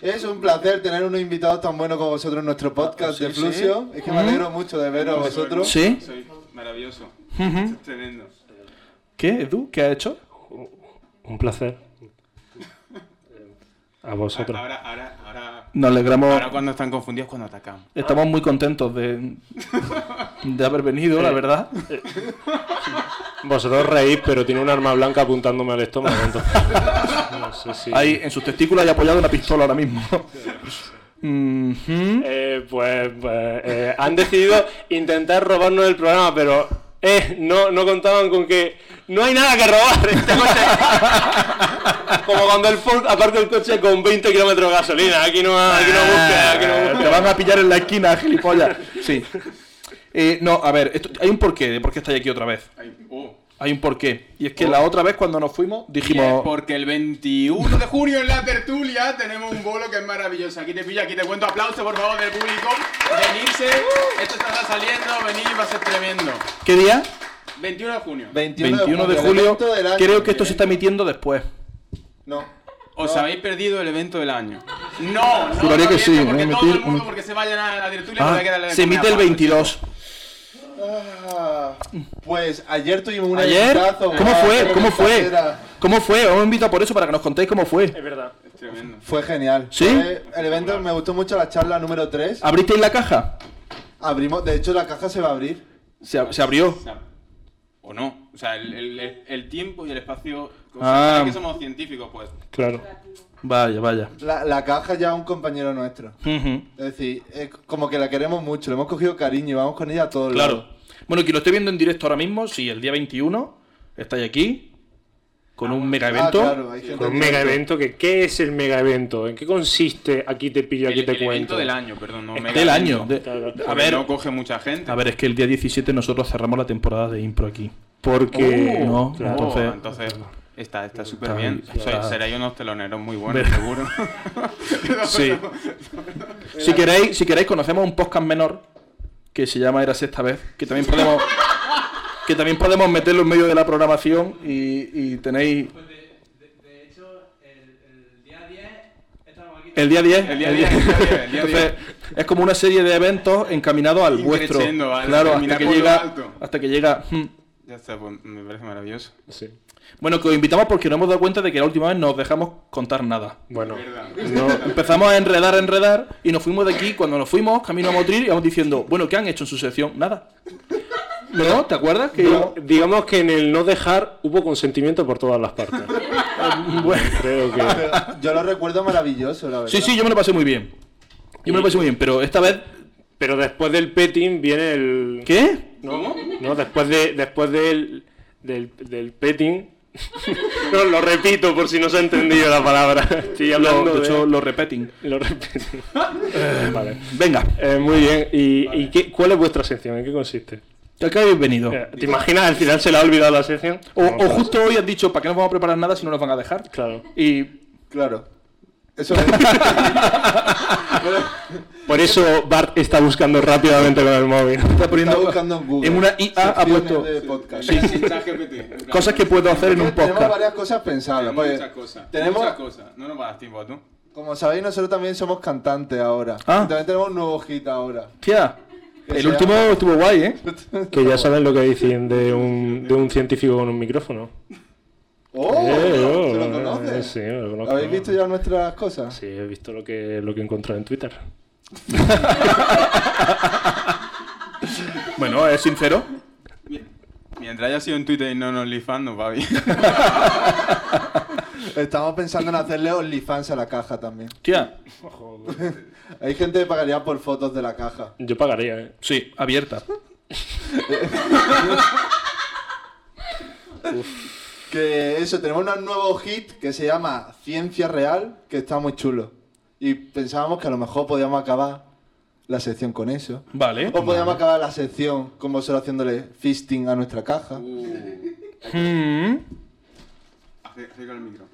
Speaker 4: Es un placer tener unos invitados tan buenos como vosotros en nuestro podcast
Speaker 2: Ah, Sí,
Speaker 4: de
Speaker 2: sí.
Speaker 4: Flusio. Es que me alegro mucho de veros a vosotros.
Speaker 2: ¿Sí?
Speaker 5: Soy maravilloso. Es tremendo.
Speaker 2: ¿Qué, Edu? ¿Qué ha hecho?
Speaker 1: Un placer. A vosotros.
Speaker 5: Ahora, ahora, ahora.
Speaker 2: Nos alegramos.
Speaker 5: Ahora cuando están confundidos cuando atacan.
Speaker 2: Estamos muy contentos de, de haber venido, la verdad.
Speaker 1: Vosotros reís, pero tiene un arma blanca apuntándome al estómago. entonces- no sé si-
Speaker 2: Ahí, en sus testículos hay apoyado una pistola ahora mismo. Mhm.
Speaker 1: Eh, pues pues, eh, han decidido intentar robarnos el programa, pero eh, no, no contaban con que no hay nada que robar. Este coche- Como cuando el Ford aparca el coche con 20 kilómetros de gasolina. Aquí no, aquí no busca, aquí no
Speaker 2: Te
Speaker 1: busca.
Speaker 2: Ah, van a pillar en la esquina, gilipollas. Sí. Eh, no, a ver, esto- hay un porqué de por qué estáis aquí otra vez.
Speaker 5: Ay, oh.
Speaker 2: Hay un porqué. Y es que
Speaker 4: Oh.
Speaker 2: la otra vez cuando nos fuimos
Speaker 5: Y es
Speaker 2: dijimos...
Speaker 5: porque el 21 de junio en la tertulia tenemos un bolo que es maravilloso. Aquí te pillo, aquí te cuento. Aplauso, por favor, del público. Venirse. Esto estará saliendo. Venir va a ser tremendo.
Speaker 2: ¿Qué día?
Speaker 5: 21 de junio.
Speaker 4: 21,
Speaker 2: 21 de
Speaker 4: el
Speaker 2: julio.
Speaker 4: evento del año.
Speaker 2: Creo que esto se está emitiendo después.
Speaker 4: No.
Speaker 5: Os habéis perdido el evento del año. No, no.
Speaker 2: Juraría
Speaker 5: no
Speaker 2: que
Speaker 5: miento,
Speaker 2: sí,
Speaker 5: Porque
Speaker 2: eh,
Speaker 5: todo
Speaker 2: emitir-
Speaker 5: el mundo, porque se vayan a la tertulia,
Speaker 2: Ah,
Speaker 5: porque hay que darle la
Speaker 2: se emite
Speaker 5: comida
Speaker 2: el
Speaker 5: aparte.
Speaker 2: 22.
Speaker 4: Ah, pues ayer tuvimos un
Speaker 2: ¿Ayer?
Speaker 4: eventazo,
Speaker 2: ¿Cómo
Speaker 4: ¿verdad?
Speaker 2: fue?
Speaker 4: Creo
Speaker 2: ¿Cómo
Speaker 4: que esta
Speaker 2: fue?
Speaker 4: era-
Speaker 2: ¿Cómo fue? Os invito por eso para que nos contéis cómo fue.
Speaker 1: Es verdad.
Speaker 5: Es tremendo.
Speaker 4: Fue genial.
Speaker 2: ¿Sí?
Speaker 4: Fue- el evento me gustó mucho la charla número 3.
Speaker 2: ¿Abristeis la caja?
Speaker 4: Abrimos, de hecho la caja se va a abrir.
Speaker 2: Se, ab- se abrió.
Speaker 5: O sea, O no. O sea, el, el- el tiempo y el espacio. O
Speaker 2: Ah.
Speaker 5: sea, es que somos científicos, pues.
Speaker 1: Claro.
Speaker 2: Vaya, vaya.
Speaker 4: La, la caja ya es un compañero nuestro.
Speaker 2: Ujú.
Speaker 4: Es decir, es como que la queremos mucho, le hemos cogido cariño y vamos con ella a todos
Speaker 2: Claro. Bueno, quien lo esté viendo en directo ahora mismo, sí, el día 21 estáis aquí con un mega evento.
Speaker 4: Ah, claro, hay gente
Speaker 1: Con un
Speaker 4: que-
Speaker 1: mega evento, que ¿qué es el mega evento? ¿En qué consiste? Aquí te pillo, aquí
Speaker 5: el
Speaker 1: te
Speaker 5: el
Speaker 1: cuento.
Speaker 5: evento del año, perdón. No, mega
Speaker 2: Del año.
Speaker 5: evento.
Speaker 2: De-
Speaker 1: Claro.
Speaker 2: a,
Speaker 5: Porque
Speaker 2: ver,
Speaker 5: No coge mucha gente.
Speaker 2: a ver, es que el día 17 nosotros cerramos la temporada de impro aquí.
Speaker 1: Porque
Speaker 2: Oh, no,
Speaker 1: claro.
Speaker 2: no. entonces-
Speaker 5: entonces, está está súper
Speaker 2: Está-
Speaker 5: bien.
Speaker 2: está-
Speaker 5: Soy- seréis unos teloneros muy buenos, seguro.
Speaker 2: Sí. Si queréis, si queréis, conocemos un podcast menor que se llama Era Sexta Vez, que también podemos que también podemos meterlo en medio de la programación y, y tenéis
Speaker 6: Pues de, de- de hecho, el, el día 10 estamos aquí.
Speaker 2: el día 10.
Speaker 5: El día 10, el día 10, el día 10.
Speaker 2: Entonces, es como una serie de eventos encaminados al
Speaker 5: Ir
Speaker 2: vuestro.
Speaker 5: creciendo, al
Speaker 2: Claro, hasta
Speaker 5: terminar
Speaker 2: que
Speaker 5: por lo
Speaker 2: llega
Speaker 5: alto.
Speaker 2: hasta que llega hmm.
Speaker 5: ya está, pues, me parece maravilloso.
Speaker 1: Sí.
Speaker 2: Bueno, que os invitamos porque nos hemos dado cuenta de que la última vez nos dejamos contar nada.
Speaker 1: Bueno,
Speaker 5: No.
Speaker 2: Empezamos a enredar, a enredar y nos fuimos de aquí. Cuando nos fuimos, camino a Motril, íbamos diciendo, bueno, ¿qué han hecho en su sección? Nada. ¿No? ¿Te acuerdas? Que
Speaker 1: Digo-
Speaker 2: íbamos-
Speaker 1: digamos que en el no dejar hubo consentimiento por todas las partes. Creo que.
Speaker 4: Yo lo recuerdo maravilloso, la verdad.
Speaker 2: Sí, sí, yo me lo pasé muy bien. Yo me lo pasé muy bien, pero esta vez.
Speaker 1: Pero después del petting viene el.
Speaker 2: ¿Qué?
Speaker 1: No, no, después de. Después del. del, del petting. no, lo repito por si no se ha entendido la palabra. Estoy hablando
Speaker 2: Lo, de
Speaker 1: de-
Speaker 2: hecho, lo repeting.
Speaker 1: Lo repito. vale.
Speaker 2: Venga,
Speaker 1: Eh, muy bien. ¿Y, y qué, cuál es vuestra sección? ¿En qué consiste?
Speaker 2: ¿a qué habéis venido?
Speaker 1: Eh, ¿Te imaginas al final se le ha olvidado la sección?
Speaker 2: O,
Speaker 1: No,
Speaker 2: o justo hoy has dicho, ¿para qué nos vamos a preparar nada si no nos van a dejar?
Speaker 1: Claro.
Speaker 2: Y.
Speaker 4: Claro. Eso es.
Speaker 1: Por eso Bart está buscando rápidamente con el móvil.
Speaker 2: Está
Speaker 4: Está
Speaker 2: poniendo.
Speaker 4: buscando en Google.
Speaker 2: en una IA ha
Speaker 4: Secciones
Speaker 2: puesto-
Speaker 4: de podcast.
Speaker 5: Sin ChatGPT, en plan,
Speaker 2: Cosas que puedo hacer en un
Speaker 4: Tenemos
Speaker 2: podcast.
Speaker 4: varias cosas pensadas. pues,
Speaker 5: Muchas cosas.
Speaker 4: tenemos,
Speaker 5: Muchas cosas. No nos va a dar tiempo a tú.
Speaker 4: como sabéis, nosotros también somos cantantes ahora.
Speaker 2: Ah.
Speaker 4: También tenemos un nuevo hit ahora.
Speaker 2: Hostia.
Speaker 4: Que
Speaker 2: El
Speaker 4: sea-
Speaker 2: último estuvo guay, ¿eh?
Speaker 1: Que ya saben lo que dicen de un, de un científico con un micrófono.
Speaker 4: ¡Oh!
Speaker 1: Eh, oh,
Speaker 4: ¿Se lo
Speaker 1: eh,
Speaker 4: conoces?
Speaker 1: Sí,
Speaker 2: oh,
Speaker 1: lo conozco.
Speaker 4: ¿Habéis visto ya nuestras cosas?
Speaker 1: Sí, he visto lo que, lo que he encontrado en Twitter.
Speaker 2: Bueno, es sincero.
Speaker 5: Bien. Mientras haya sido en Twitter y no en OnlyFans, nos va bien.
Speaker 4: Estamos pensando en hacerle OnlyFans a la caja también.
Speaker 2: Hostia.
Speaker 4: Hay gente que pagaría por fotos de la caja.
Speaker 1: Yo pagaría, ¿eh?
Speaker 2: Sí, abierta.
Speaker 4: Que eso, tenemos un nuevo hit que se llama Ciencia Real, que está muy chulo. Y pensábamos que a lo mejor podíamos acabar la sección con eso.
Speaker 2: Vale.
Speaker 4: O podíamos acabar la sección con vosotros haciéndole fisting a nuestra caja.
Speaker 2: Mm.
Speaker 5: Hace hace Ah, con el micro.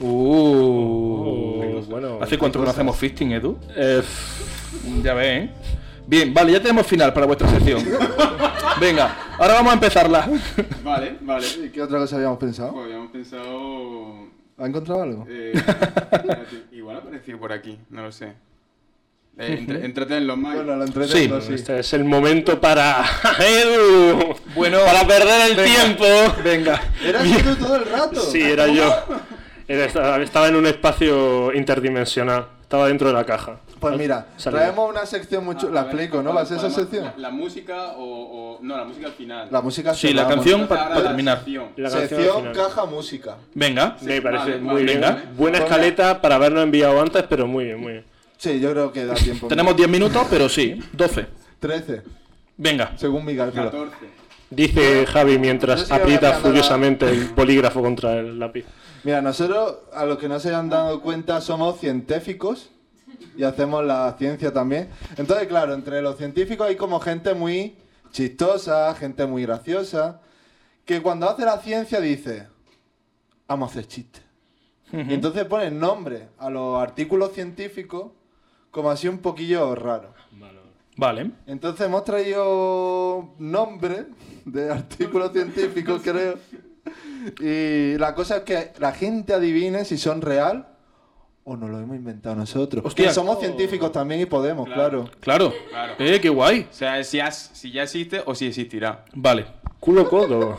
Speaker 2: Uh.
Speaker 1: O, Oh, bueno,
Speaker 2: ¿Hace cuánto que no hacemos fisting, Edu?
Speaker 1: eh, f-
Speaker 2: Ya ven. ¿eh? Bien, vale, ya tenemos final para vuestra sección. Venga, ahora vamos a empezarla.
Speaker 5: Vale, vale.
Speaker 4: ¿Y qué otra cosa habíamos pensado?
Speaker 5: Pues habíamos pensado
Speaker 4: ¿Ha encontrado algo?
Speaker 5: Eh, espérate, igual apareció por aquí, no lo sé. Eh, entre- entrete en los más.
Speaker 4: Bueno, lo
Speaker 2: Sí.
Speaker 4: entretengo, sí.
Speaker 1: Este es el momento para Edu.
Speaker 2: Bueno,
Speaker 1: para perder el
Speaker 2: venga,
Speaker 1: tiempo.
Speaker 2: Venga.
Speaker 4: ¿Eras tú todo el rato?
Speaker 1: Sí, era yo. Era- estaba estaba en un espacio interdimensional. Estaba dentro de la caja.
Speaker 4: Pues mira,
Speaker 1: Salida.
Speaker 4: traemos una sección
Speaker 5: Ah,
Speaker 4: mucho... ¿La explico, no? ¿Va a ser esa sección?
Speaker 5: La,
Speaker 4: La,
Speaker 5: la música o, o- No, la música al final.
Speaker 4: música...
Speaker 2: Sí,
Speaker 4: se
Speaker 2: la
Speaker 4: va,
Speaker 2: canción
Speaker 5: Entonces,
Speaker 2: para
Speaker 5: ahora
Speaker 2: pa
Speaker 5: la
Speaker 2: terminar.
Speaker 5: sección.
Speaker 1: La canción
Speaker 4: Sección
Speaker 1: al final.
Speaker 4: caja música.
Speaker 2: Venga.
Speaker 1: Me parece
Speaker 5: vale,
Speaker 1: muy
Speaker 5: vale,
Speaker 1: bien.
Speaker 5: vale.
Speaker 1: Buena
Speaker 4: Ponla.
Speaker 1: escaleta para habernos enviado antes, pero muy bien, muy bien.
Speaker 4: Sí, yo creo que da tiempo.
Speaker 2: Tenemos 10 minutos, pero sí, 12.
Speaker 4: 13,
Speaker 2: Venga.
Speaker 4: según mi cálculo.
Speaker 5: 14.
Speaker 1: Dice Javi
Speaker 4: Yo
Speaker 1: mientras
Speaker 4: sigo
Speaker 1: aprieta
Speaker 4: cambiando la-
Speaker 1: furiosamente el polígrafo contra el lápiz.
Speaker 4: Mira, nosotros, a los que no se hayan dado cuenta, somos científicos y hacemos la ciencia también. Entonces, claro, entre los científicos hay como gente muy chistosa, gente muy graciosa, que cuando hace la ciencia dice, vamos a hacer chistes. Y entonces ponen nombre a los artículos científicos como así un poquillo raro.
Speaker 2: Vale.
Speaker 4: Entonces hemos traído nombres de artículos científicos, creo. Y la cosa es que la gente adivine si son real o no lo hemos inventado nosotros.
Speaker 2: Hostia.
Speaker 4: Que somos científicos también y podemos, claro.
Speaker 2: Claro.
Speaker 5: Claro.
Speaker 2: Eh, qué guay.
Speaker 5: O sea, si, has- si ya existe o si existirá.
Speaker 2: Vale.
Speaker 1: Culo codo.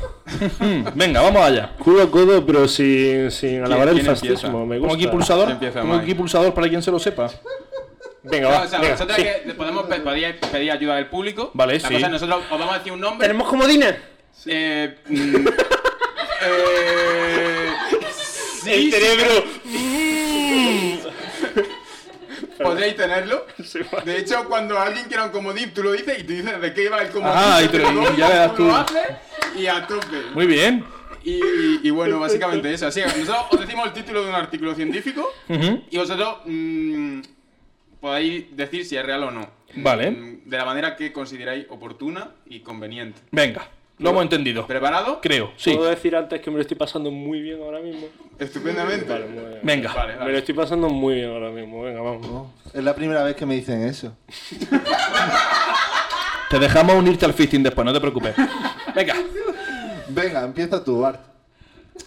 Speaker 2: Mm, venga, vamos allá.
Speaker 1: Culo codo, pero sin, sin alabar el
Speaker 5: quién
Speaker 1: fascismo.
Speaker 5: empieza?
Speaker 1: Me
Speaker 2: Pongo
Speaker 1: gusta.
Speaker 2: aquí pulsador.
Speaker 5: Empieza,
Speaker 2: Pongo aquí
Speaker 5: Mike.
Speaker 2: pulsador para quien se lo sepa.
Speaker 1: Venga,
Speaker 2: Ah,
Speaker 5: No,
Speaker 1: va.
Speaker 5: o sea,
Speaker 1: venga,
Speaker 5: vosotros
Speaker 1: sí.
Speaker 5: que le podemos pe- podíais pedir ayuda del público.
Speaker 2: Vale,
Speaker 5: La
Speaker 2: sí.
Speaker 5: cosa es nosotros os vamos a decir un nombre.
Speaker 1: ¿Tenemos comodines?
Speaker 5: Eh, mm, eh, sí, sí,
Speaker 1: El cerebro.
Speaker 5: podéis tenerlo. De hecho, cuando alguien quiera un comodín, tú lo dices y tú dices de qué iba el comodín.
Speaker 2: Ah, y
Speaker 5: yo
Speaker 2: te lo-
Speaker 5: doy,
Speaker 2: y ya le das
Speaker 5: tú lo
Speaker 2: tú.
Speaker 5: haces y a tope.
Speaker 2: Muy bien.
Speaker 5: Y, y- y bueno, básicamente eso. Así que nosotros os decimos el título de un artículo científico
Speaker 2: Ujú.
Speaker 5: y vosotros mm, podéis decir si es real o no.
Speaker 2: Vale.
Speaker 5: Mm, De la manera que consideráis oportuna y conveniente.
Speaker 2: Venga. Lo hemos entendido.
Speaker 5: ¿Preparado?
Speaker 2: Creo, sí.
Speaker 1: Puedo decir antes que me lo estoy pasando muy bien ahora mismo.
Speaker 5: Estupendamente.
Speaker 1: Vale, muy bien.
Speaker 2: Venga.
Speaker 5: Vale,
Speaker 1: Me lo
Speaker 5: vale.
Speaker 1: estoy pasando muy bien ahora mismo. Venga, vamos.
Speaker 4: Oh, Es la primera vez que me dicen eso.
Speaker 2: Te dejamos unirte al fisting después, no te preocupes. Venga.
Speaker 4: Venga, empieza tú, Bart.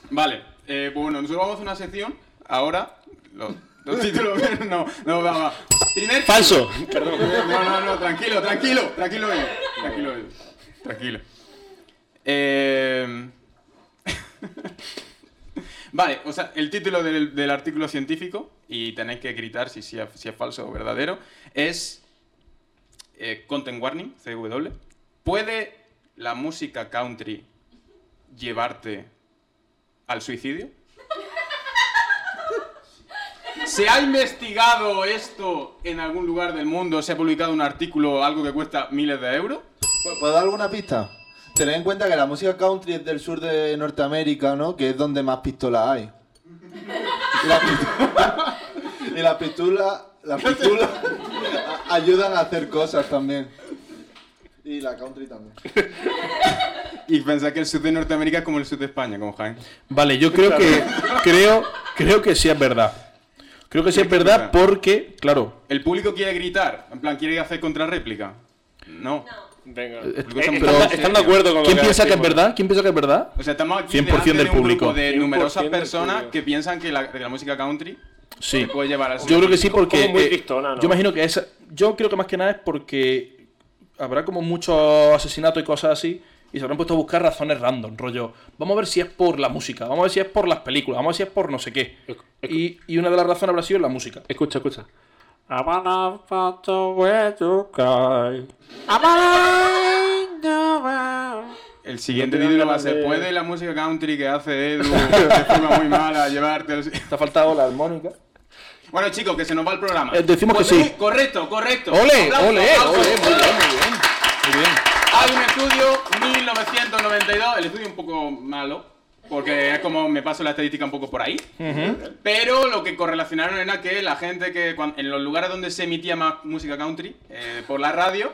Speaker 5: Vale, eh, pues bueno, nosotros vamos a una sección. Ahora, los, los títulos. No, no, va, va. Primer.
Speaker 1: Falso.
Speaker 5: Perdón. No, no, no, tranquilo, tranquilo, tranquilo, Edu, tranquilo, Edu, tranquilo. Eh, vale, o sea, el título del, del artículo científico, y tenéis que gritar si, si, es- si es falso o verdadero, es eh, Content Warning, CW. ¿Puede la música country llevarte al suicidio? ¿Se ha investigado esto en algún lugar del mundo? ¿Se ha publicado un artículo, algo que cuesta miles de euros?
Speaker 4: ¿Puedo dar alguna pista? Tened en cuenta que la música country es del sur de Norteamérica, ¿no? Que es donde más pistolas hay. Y las pistolas... y las pistolas... Las pistolas a- ayudan a hacer cosas también. Y la country también.
Speaker 5: Y pensar que el sur de Norteamérica es como el sur de España, como Jaén.
Speaker 2: Vale, yo creo que. Creo, creo que sí es verdad. Creo que sí es verdad porque, claro,
Speaker 5: El público quiere gritar, en plan, quiere hacer contrarréplica. No.
Speaker 1: Venga.
Speaker 2: pero-
Speaker 1: Eh, ¿Están, están de acuerdo con lo
Speaker 2: ¿quién piensa que es
Speaker 1: decimos?
Speaker 2: verdad? ¿Quién piensa que es verdad?
Speaker 5: O sea, estamos aquí
Speaker 2: 100%
Speaker 5: delante
Speaker 2: del
Speaker 5: de un
Speaker 2: público.
Speaker 5: grupo de
Speaker 1: 100%
Speaker 5: numerosas
Speaker 1: del
Speaker 5: personas
Speaker 1: público.
Speaker 5: que piensan que la, que la música country
Speaker 2: Sí.
Speaker 5: te puede llevar al
Speaker 2: Yo creo que sí
Speaker 5: suicidio.
Speaker 2: porque
Speaker 1: como muy
Speaker 2: eh,
Speaker 1: tristona, ¿no?
Speaker 2: yo imagino que esa, yo creo que más que nada es porque habrá como muchos asesinatos y cosas así y se habrán puesto a buscar razones random, rollo. Vamos a ver si es por la música, vamos a ver si es por las películas, vamos a ver si es por no sé qué.
Speaker 1: Ec- ec-
Speaker 2: Y, y una de las razones habrá sido la música.
Speaker 1: Escucha, escucha. I wanna find the way to go. I wanna find the way.
Speaker 5: El siguiente
Speaker 1: No tiene
Speaker 5: título va a
Speaker 1: ganas
Speaker 5: ser:
Speaker 1: de-
Speaker 5: ¿Puede la música country que hace Edu de forma muy mala llevarte al
Speaker 2: Te ha faltado la armónica.
Speaker 5: Bueno, chicos, que se nos va el programa. Pues
Speaker 2: Eh, decimos que sí.
Speaker 5: Correcto, correcto.
Speaker 2: ¡Ole!
Speaker 5: Aplausos,
Speaker 2: ¡Ole!
Speaker 5: aplausos.
Speaker 2: ¡Ole! Muy bien, muy bien. Muy bien.
Speaker 5: Hay un estudio 1992, el estudio un poco malo, porque es como me paso la estadística un poco por ahí. Pero lo que correlacionaron era que la gente que cuan- en los lugares donde se emitía más música country, eh, por la radio,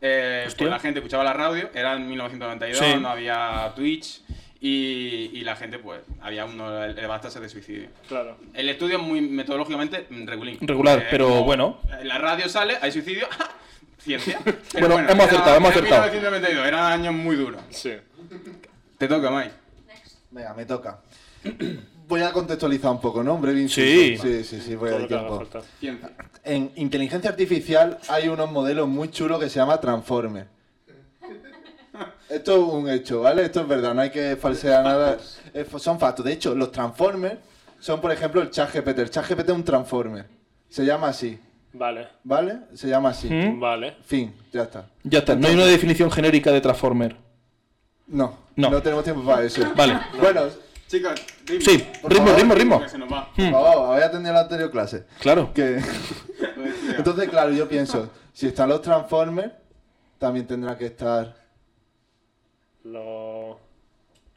Speaker 5: eh, pues
Speaker 2: Hostia.
Speaker 5: la gente escuchaba la radio, era en 1992,
Speaker 2: Sí.
Speaker 5: no había Twitch y, y la gente, pues, había unos elevados tasas de suicidio.
Speaker 1: Claro.
Speaker 5: El estudio es muy metodológicamente mm, regulín.
Speaker 2: Regular, pero
Speaker 5: como
Speaker 2: bueno.
Speaker 5: La radio sale, hay suicidio. Ciencia. Pero
Speaker 2: Bueno, hemos
Speaker 5: era-
Speaker 2: acertado, hemos
Speaker 5: era
Speaker 2: acertado.
Speaker 5: 1992, eran años muy duros.
Speaker 1: Sí.
Speaker 5: Te toca, Mike.
Speaker 4: Venga, me toca. Voy a contextualizar un poco, ¿no? Un breve inciso.
Speaker 2: Sí.
Speaker 4: sí, sí, sí, voy a
Speaker 1: Todo
Speaker 4: dar
Speaker 1: lo que haga
Speaker 4: tiempo.
Speaker 1: falta.
Speaker 5: Ciencia.
Speaker 4: En inteligencia artificial hay unos modelos muy chulos que se llama Transformer. Esto es un hecho, ¿vale? Esto es verdad, no hay que falsear nada. Eh, fo- son factos. De hecho, los Transformers son, por ejemplo, el ChatGPT. El ChatGPT es un Transformer. Se llama así,
Speaker 1: Vale,
Speaker 4: ¿vale? Se llama así.
Speaker 1: vale.
Speaker 4: Fin, ya está.
Speaker 2: Ya está, no hay una definición genérica de Transformer.
Speaker 4: No,
Speaker 2: No.
Speaker 4: no, tenemos tiempo para eso.
Speaker 2: Vale.
Speaker 4: Bueno,
Speaker 5: Chicos, ritmo.
Speaker 2: Sí,
Speaker 4: Por
Speaker 2: ritmo,
Speaker 4: favor.
Speaker 2: ritmo, ritmo.
Speaker 5: Que se nos va.
Speaker 4: por favor, había atendido la anterior clase.
Speaker 2: Claro.
Speaker 4: Que...
Speaker 5: Pues, tío.
Speaker 4: Entonces, claro, yo pienso, si están los Transformers, también tendrá que estar...
Speaker 1: Los.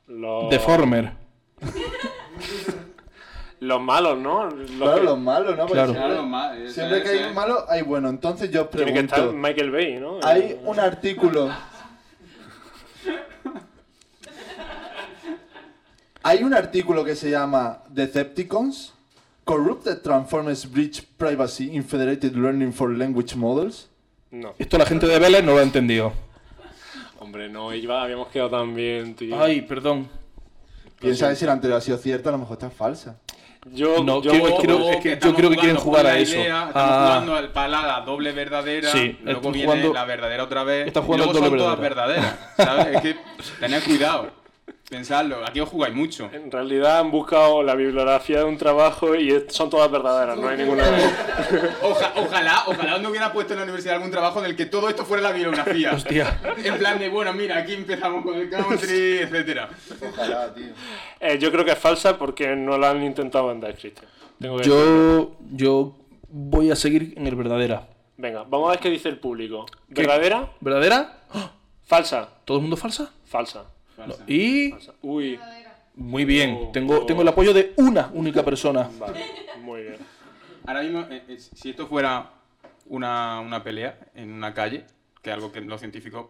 Speaker 1: Los.
Speaker 2: Deformer.
Speaker 1: Los malos, ¿no? Los
Speaker 4: Claro,
Speaker 1: que-
Speaker 4: los malos, ¿no? Porque
Speaker 2: Claro.
Speaker 4: siempre-
Speaker 5: Claro, ma- eso
Speaker 4: Siempre que
Speaker 5: es,
Speaker 4: hay
Speaker 5: eh.
Speaker 4: un malo, hay bueno. Entonces yo os
Speaker 1: Tiene que estar
Speaker 4: pregunto,
Speaker 1: Michael Bay, ¿no? Eh,
Speaker 4: hay un artículo... Hay un artículo que se llama Decepticons, Corrupted Transformers Breach Privacy in Federated Learning for Language Models.
Speaker 1: No.
Speaker 2: Esto la gente de Vélez no lo ha entendido.
Speaker 1: Hombre, no, iba, habíamos quedado tan bien, tío.
Speaker 2: Ay, perdón.
Speaker 4: Piensa que si la anterior ha sido cierta, a lo mejor está falsa.
Speaker 1: yo,
Speaker 2: No,
Speaker 1: yo
Speaker 2: que-
Speaker 1: voy-
Speaker 2: Pues creo-
Speaker 5: Ojo,
Speaker 2: es que yo
Speaker 5: estamos
Speaker 2: creo que quieren
Speaker 5: jugando
Speaker 2: jugar
Speaker 5: con
Speaker 2: a
Speaker 5: la
Speaker 2: eso.
Speaker 5: idea, estamos
Speaker 2: Ah.
Speaker 5: jugando al palada doble verdadera,
Speaker 2: Sí,
Speaker 5: luego
Speaker 2: están
Speaker 5: viene
Speaker 2: jugando-
Speaker 5: la verdadera otra vez.
Speaker 2: Están
Speaker 5: y
Speaker 2: jugando
Speaker 5: luego
Speaker 2: al doble
Speaker 5: son todas verdaderas. ¿sabes? Es que tened cuidado. Pensadlo, aquí os jugáis mucho.
Speaker 1: En realidad han buscado la bibliografía de un trabajo y es- son todas verdaderas, no hay ninguna.
Speaker 5: Oja- ojalá, ojalá no hubiera puesto en la universidad algún trabajo en el que todo esto fuera la bibliografía.
Speaker 2: Hostia.
Speaker 5: En plan de, bueno, mira, aquí empezamos con el country, etcétera.
Speaker 4: Ojalá, tío.
Speaker 1: Eh, yo creo que es falsa porque no la han intentado vender, Cristian. Tengo que decir.
Speaker 2: Yo, yo voy a seguir en el verdadera.
Speaker 1: Venga, vamos a ver qué dice el público. ¿Verdadera?
Speaker 2: ¿Verdadera? ¡Ah!
Speaker 1: Falsa.
Speaker 2: ¿Todo el mundo falsa?
Speaker 1: Falsa.
Speaker 2: No. Y
Speaker 1: Falsa. Uy,
Speaker 2: muy bien,
Speaker 1: Oh,
Speaker 2: tengo,
Speaker 1: oh.
Speaker 2: tengo el apoyo de una única persona.
Speaker 1: vale, muy bien.
Speaker 5: Ahora mismo, eh, eh, si esto fuera una, una pelea en una calle, que es algo que los científicos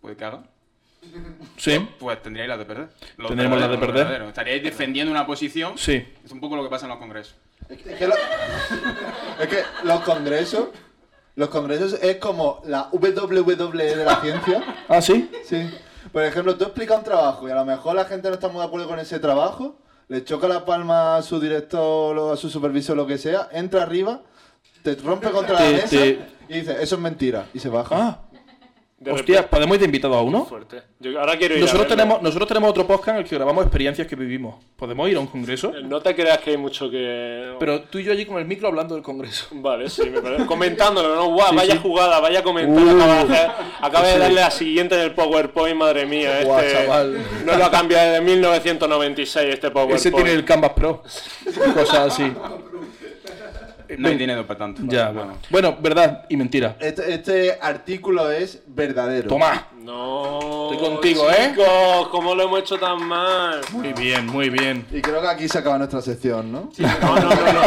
Speaker 5: puede que hagan,
Speaker 2: Sí,
Speaker 5: pues tendríais las de perder. Los
Speaker 2: Tendremos las de
Speaker 5: verdaderos, los
Speaker 2: perder.
Speaker 5: verdaderos. Estaríais defendiendo una posición.
Speaker 2: sí.
Speaker 5: Es un poco lo que pasa en los congresos.
Speaker 4: Es que, lo- es que los congresos, los congresos es como la WWE de la ciencia.
Speaker 2: ¿Ah, sí?
Speaker 4: Sí. Por ejemplo, tú explicas un trabajo y a lo mejor la gente no está muy de acuerdo con ese trabajo, le choca la palma a su director o a su supervisor lo que sea, entra arriba, te rompe contra la
Speaker 2: Te-
Speaker 4: mesa
Speaker 2: te-
Speaker 4: y dice, eso es mentira, y se baja.
Speaker 2: Ah,
Speaker 1: De
Speaker 2: hostia,
Speaker 1: repente-
Speaker 2: ¿podemos ir de invitado a uno?
Speaker 1: fuerte. Yo ahora quiero ir a
Speaker 2: Nosotros
Speaker 1: verlo.
Speaker 2: tenemos, nosotros tenemos otro podcast en el que grabamos experiencias que vivimos. ¿Podemos ir a un congreso?
Speaker 1: No te creas que hay mucho que.
Speaker 2: Pero tú y yo allí con el micro hablando del congreso.
Speaker 1: Vale, sí, me parece. Comentándolo, ¿no? Guau,
Speaker 2: Sí,
Speaker 1: vaya
Speaker 2: sí.
Speaker 1: jugada, vaya comentario.
Speaker 2: Uh.
Speaker 1: acaba de, hacer- acaba de
Speaker 2: Sí.
Speaker 1: darle la siguiente en el PowerPoint, madre mía. Este,
Speaker 2: Guau, chaval.
Speaker 1: No lo ha cambiado desde 1996 este PowerPoint.
Speaker 2: Ese tiene el Canvas Pro. Cosas así.
Speaker 5: No hay dinero para tanto.
Speaker 2: Eh, Ya, bueno. Bueno, verdad y mentira.
Speaker 4: Este, este artículo es verdadero.
Speaker 2: Toma.
Speaker 1: No.
Speaker 2: Estoy contigo, ¿eh?
Speaker 1: Chicos, ¿cómo lo hemos hecho tan mal?
Speaker 2: Muy bien, muy bien.
Speaker 4: Y creo que aquí se acaba nuestra sección, ¿no?
Speaker 1: No, no, no. no.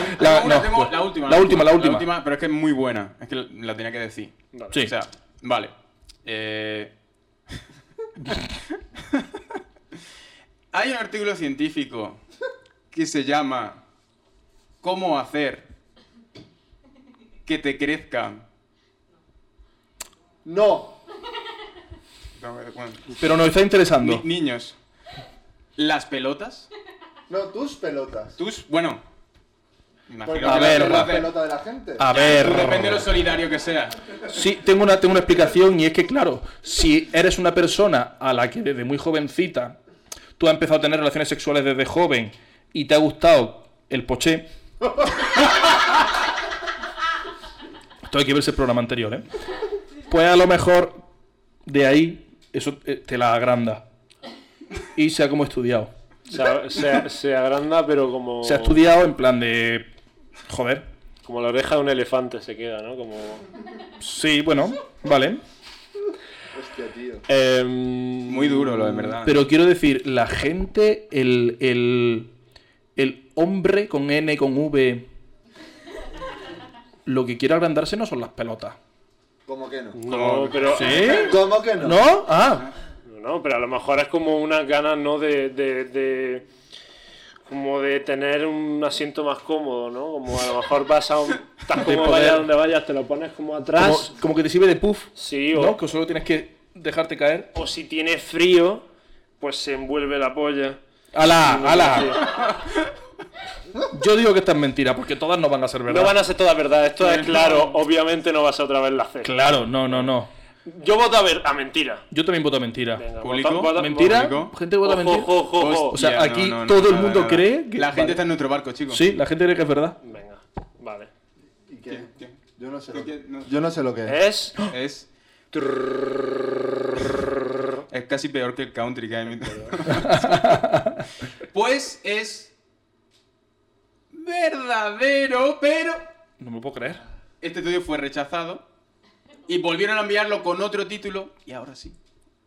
Speaker 2: La-
Speaker 5: Tengo una,
Speaker 2: no,
Speaker 5: tengo
Speaker 2: pues,
Speaker 5: la última.
Speaker 2: la última, la última.
Speaker 5: Pero es que es muy buena. Es que la tenía que decir.
Speaker 2: Sí.
Speaker 5: O sea, vale. Eh, Hay un artículo científico que se llama ¿Cómo hacer que te crezcan?
Speaker 4: No.
Speaker 5: Bueno,
Speaker 2: Pero nos está
Speaker 5: ni-
Speaker 2: interesando.
Speaker 5: niños. Las pelotas.
Speaker 4: No, tus pelotas.
Speaker 5: Tus. Bueno. imagino
Speaker 4: Porque
Speaker 5: que
Speaker 2: A
Speaker 5: las
Speaker 2: ver, Ah.
Speaker 5: pelotas
Speaker 4: la
Speaker 5: de-
Speaker 4: pelota de la gente.
Speaker 2: A
Speaker 5: Tú Depende de lo
Speaker 2: ver.
Speaker 5: solidario que sea.
Speaker 2: Sí, tengo una, tengo una explicación y es que, claro, si eres una persona a la que desde muy jovencita tú has empezado a tener relaciones sexuales desde joven y te ha gustado el poché. Esto hay que verse el programa anterior, ¿eh? Pues a lo mejor de ahí eso eh, te la agranda. Y sea como estudiado.
Speaker 1: Se, se- se agranda, pero como.
Speaker 2: Se ha estudiado en plan de. Joder.
Speaker 1: Como la oreja de un elefante se queda, ¿no? Como.
Speaker 2: Sí, bueno, vale.
Speaker 4: Hostia, tío.
Speaker 2: Em,
Speaker 1: Muy
Speaker 5: Muy duro lo de verdad.
Speaker 2: Pero quiero decir, la gente, el, el, el hombre con N, con V, lo que quiere agrandarse no son las pelotas.
Speaker 4: ¿Cómo que no?
Speaker 1: No, pero.
Speaker 4: ¿Cómo que no?
Speaker 2: ¿No? Ah,
Speaker 1: No, pero a lo mejor es como unas ganas, ¿no? De, de, de- Como de tener un asiento más cómodo, ¿no? Como a lo mejor vas a un... Estás como
Speaker 2: poder.
Speaker 1: vayas donde vayas, te lo pones como
Speaker 2: como,
Speaker 1: atrás.
Speaker 2: como que te sirve de puff,
Speaker 1: Sí, o,
Speaker 2: ¿no? Que solo tienes que dejarte caer.
Speaker 1: o si tienes frío, pues se envuelve la polla.
Speaker 2: ¡Ala! Ah, ¡Ala! Yo digo que esta es mentira, porque todas no van a ser verdad.
Speaker 1: No van a ser todas verdad, esto es claro. Obviamente no va a ser otra vez la C.
Speaker 2: Claro, no, no, no.
Speaker 1: Yo voto a, ver, a mentira.
Speaker 2: Yo también voto mentira.
Speaker 1: Venga,
Speaker 5: Público,
Speaker 1: voto- voto-
Speaker 2: ¿Mentira?
Speaker 5: Público.
Speaker 2: ¿Gente que vota
Speaker 1: Ojo,
Speaker 2: mentira? Pues,
Speaker 1: ojo, ojo,
Speaker 5: Oh,
Speaker 1: ojo.
Speaker 2: O sea, aquí todo el mundo cree que-
Speaker 5: La gente
Speaker 2: vale.
Speaker 5: está en nuestro barco, chicos.
Speaker 2: Sí, la gente cree que es verdad.
Speaker 1: Venga, vale.
Speaker 4: ¿Y qué?
Speaker 5: ¿Qué?
Speaker 4: Yo no sé lo
Speaker 5: ¿Qué? No.
Speaker 4: que Yo no sé lo que
Speaker 2: Eh.
Speaker 4: es.
Speaker 1: Es.
Speaker 5: Es. Es casi peor que el country que hay. en mi- pues es. Verdadero, pero.
Speaker 2: No me lo puedo creer.
Speaker 5: Este estudio fue rechazado. Y volvieron a enviarlo con otro título. Y ahora sí.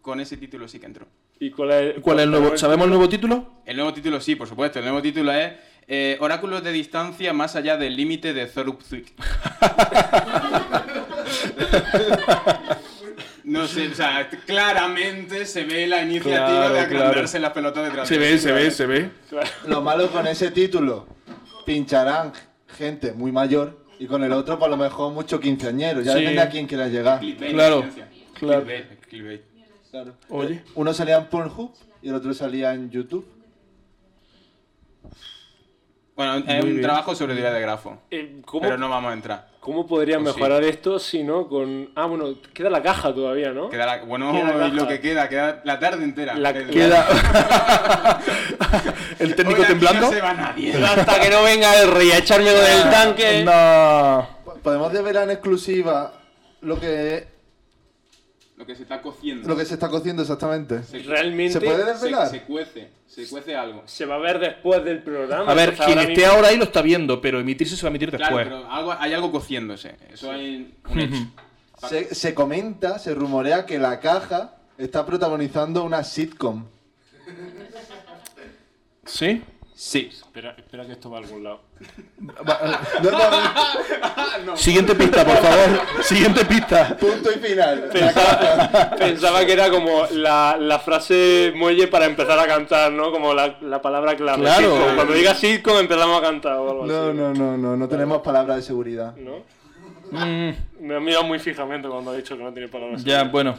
Speaker 5: Con ese título sí que entró.
Speaker 1: ¿Y cuál es,
Speaker 2: ¿Cuál es el nuevo? ¿Sabemos el nuevo título?
Speaker 5: El nuevo título sí, por supuesto. El nuevo título es eh, Oráculos de distancia más allá del límite de Zorupzik. no sé, o sea, claramente se ve la iniciativa
Speaker 2: Claro,
Speaker 5: de agrandarse las pelotas detrás.
Speaker 2: Se ve, se ve, se ve.
Speaker 4: Lo malo con ese título, pincharán gente muy mayor y con el otro, por lo mejor, mucho quinceañero. Ya
Speaker 2: Sí.
Speaker 4: depende a quién quiera llegar.
Speaker 2: Claro, claro.
Speaker 4: Claro.
Speaker 2: Oye.
Speaker 4: Uno salía en Pornhub y el otro salía en YouTube.
Speaker 5: Bueno, es
Speaker 2: Muy
Speaker 5: un
Speaker 2: bien.
Speaker 5: trabajo sobre teoría de grafo.
Speaker 1: Eh, ¿Cómo,
Speaker 5: Pero no vamos a entrar.
Speaker 1: ¿Cómo
Speaker 2: Oh,
Speaker 1: podrían
Speaker 5: Pues sí.
Speaker 1: mejorar esto si no con. Ah, bueno, queda la caja todavía, ¿no?
Speaker 5: Queda la- bueno,
Speaker 1: Queda la
Speaker 5: y lo
Speaker 1: caja.
Speaker 5: que queda, queda la tarde entera.
Speaker 1: La-
Speaker 5: El-
Speaker 2: Queda. el
Speaker 5: Hoy
Speaker 2: técnico
Speaker 5: aquí
Speaker 2: temblando.
Speaker 5: No se va nadie.
Speaker 1: Hasta que no venga el rey a echármelo del
Speaker 2: Ah,
Speaker 1: tanque.
Speaker 2: No.
Speaker 4: Po- Podemos develar en exclusiva lo que,
Speaker 5: Lo que se está cociendo.
Speaker 4: lo que se está cociendo exactamente.
Speaker 5: Se-
Speaker 1: Realmente.
Speaker 4: ¿Se puede
Speaker 5: se-
Speaker 4: desvelar?
Speaker 5: se cuece, se cuece algo.
Speaker 1: se va a ver después del programa.
Speaker 2: A ver,
Speaker 1: entonces Pues
Speaker 2: quien
Speaker 1: ahora
Speaker 2: esté
Speaker 1: mismo-
Speaker 2: ahora ahí lo está viendo, pero emitirse se va a emitir
Speaker 5: Claro,
Speaker 2: después.
Speaker 5: pero algo- hay algo cociéndose. Eso hay un hecho.
Speaker 4: Se, se comenta, se rumorea que la caja está protagonizando una sitcom.
Speaker 2: ¿Sí?
Speaker 5: Sí.
Speaker 1: Espera, espera que esto va a algún lado.
Speaker 4: No, no,
Speaker 2: Siguiente pista, por favor. Siguiente pista.
Speaker 4: punto y final.
Speaker 1: Pensaba, pensaba que era como la, la frase muelle para empezar a cantar, ¿no? Como la, la palabra clave.
Speaker 2: Claro.
Speaker 1: sitcom. Cuando diga sitcom empezamos a cantar o algo
Speaker 4: No,
Speaker 1: así.
Speaker 4: no, no, no, no tenemos palabras de seguridad.
Speaker 1: ¿No?
Speaker 2: Mm,
Speaker 1: Me ha mirado muy fijamente cuando ha dicho que no tiene palabras.
Speaker 2: ya, bueno.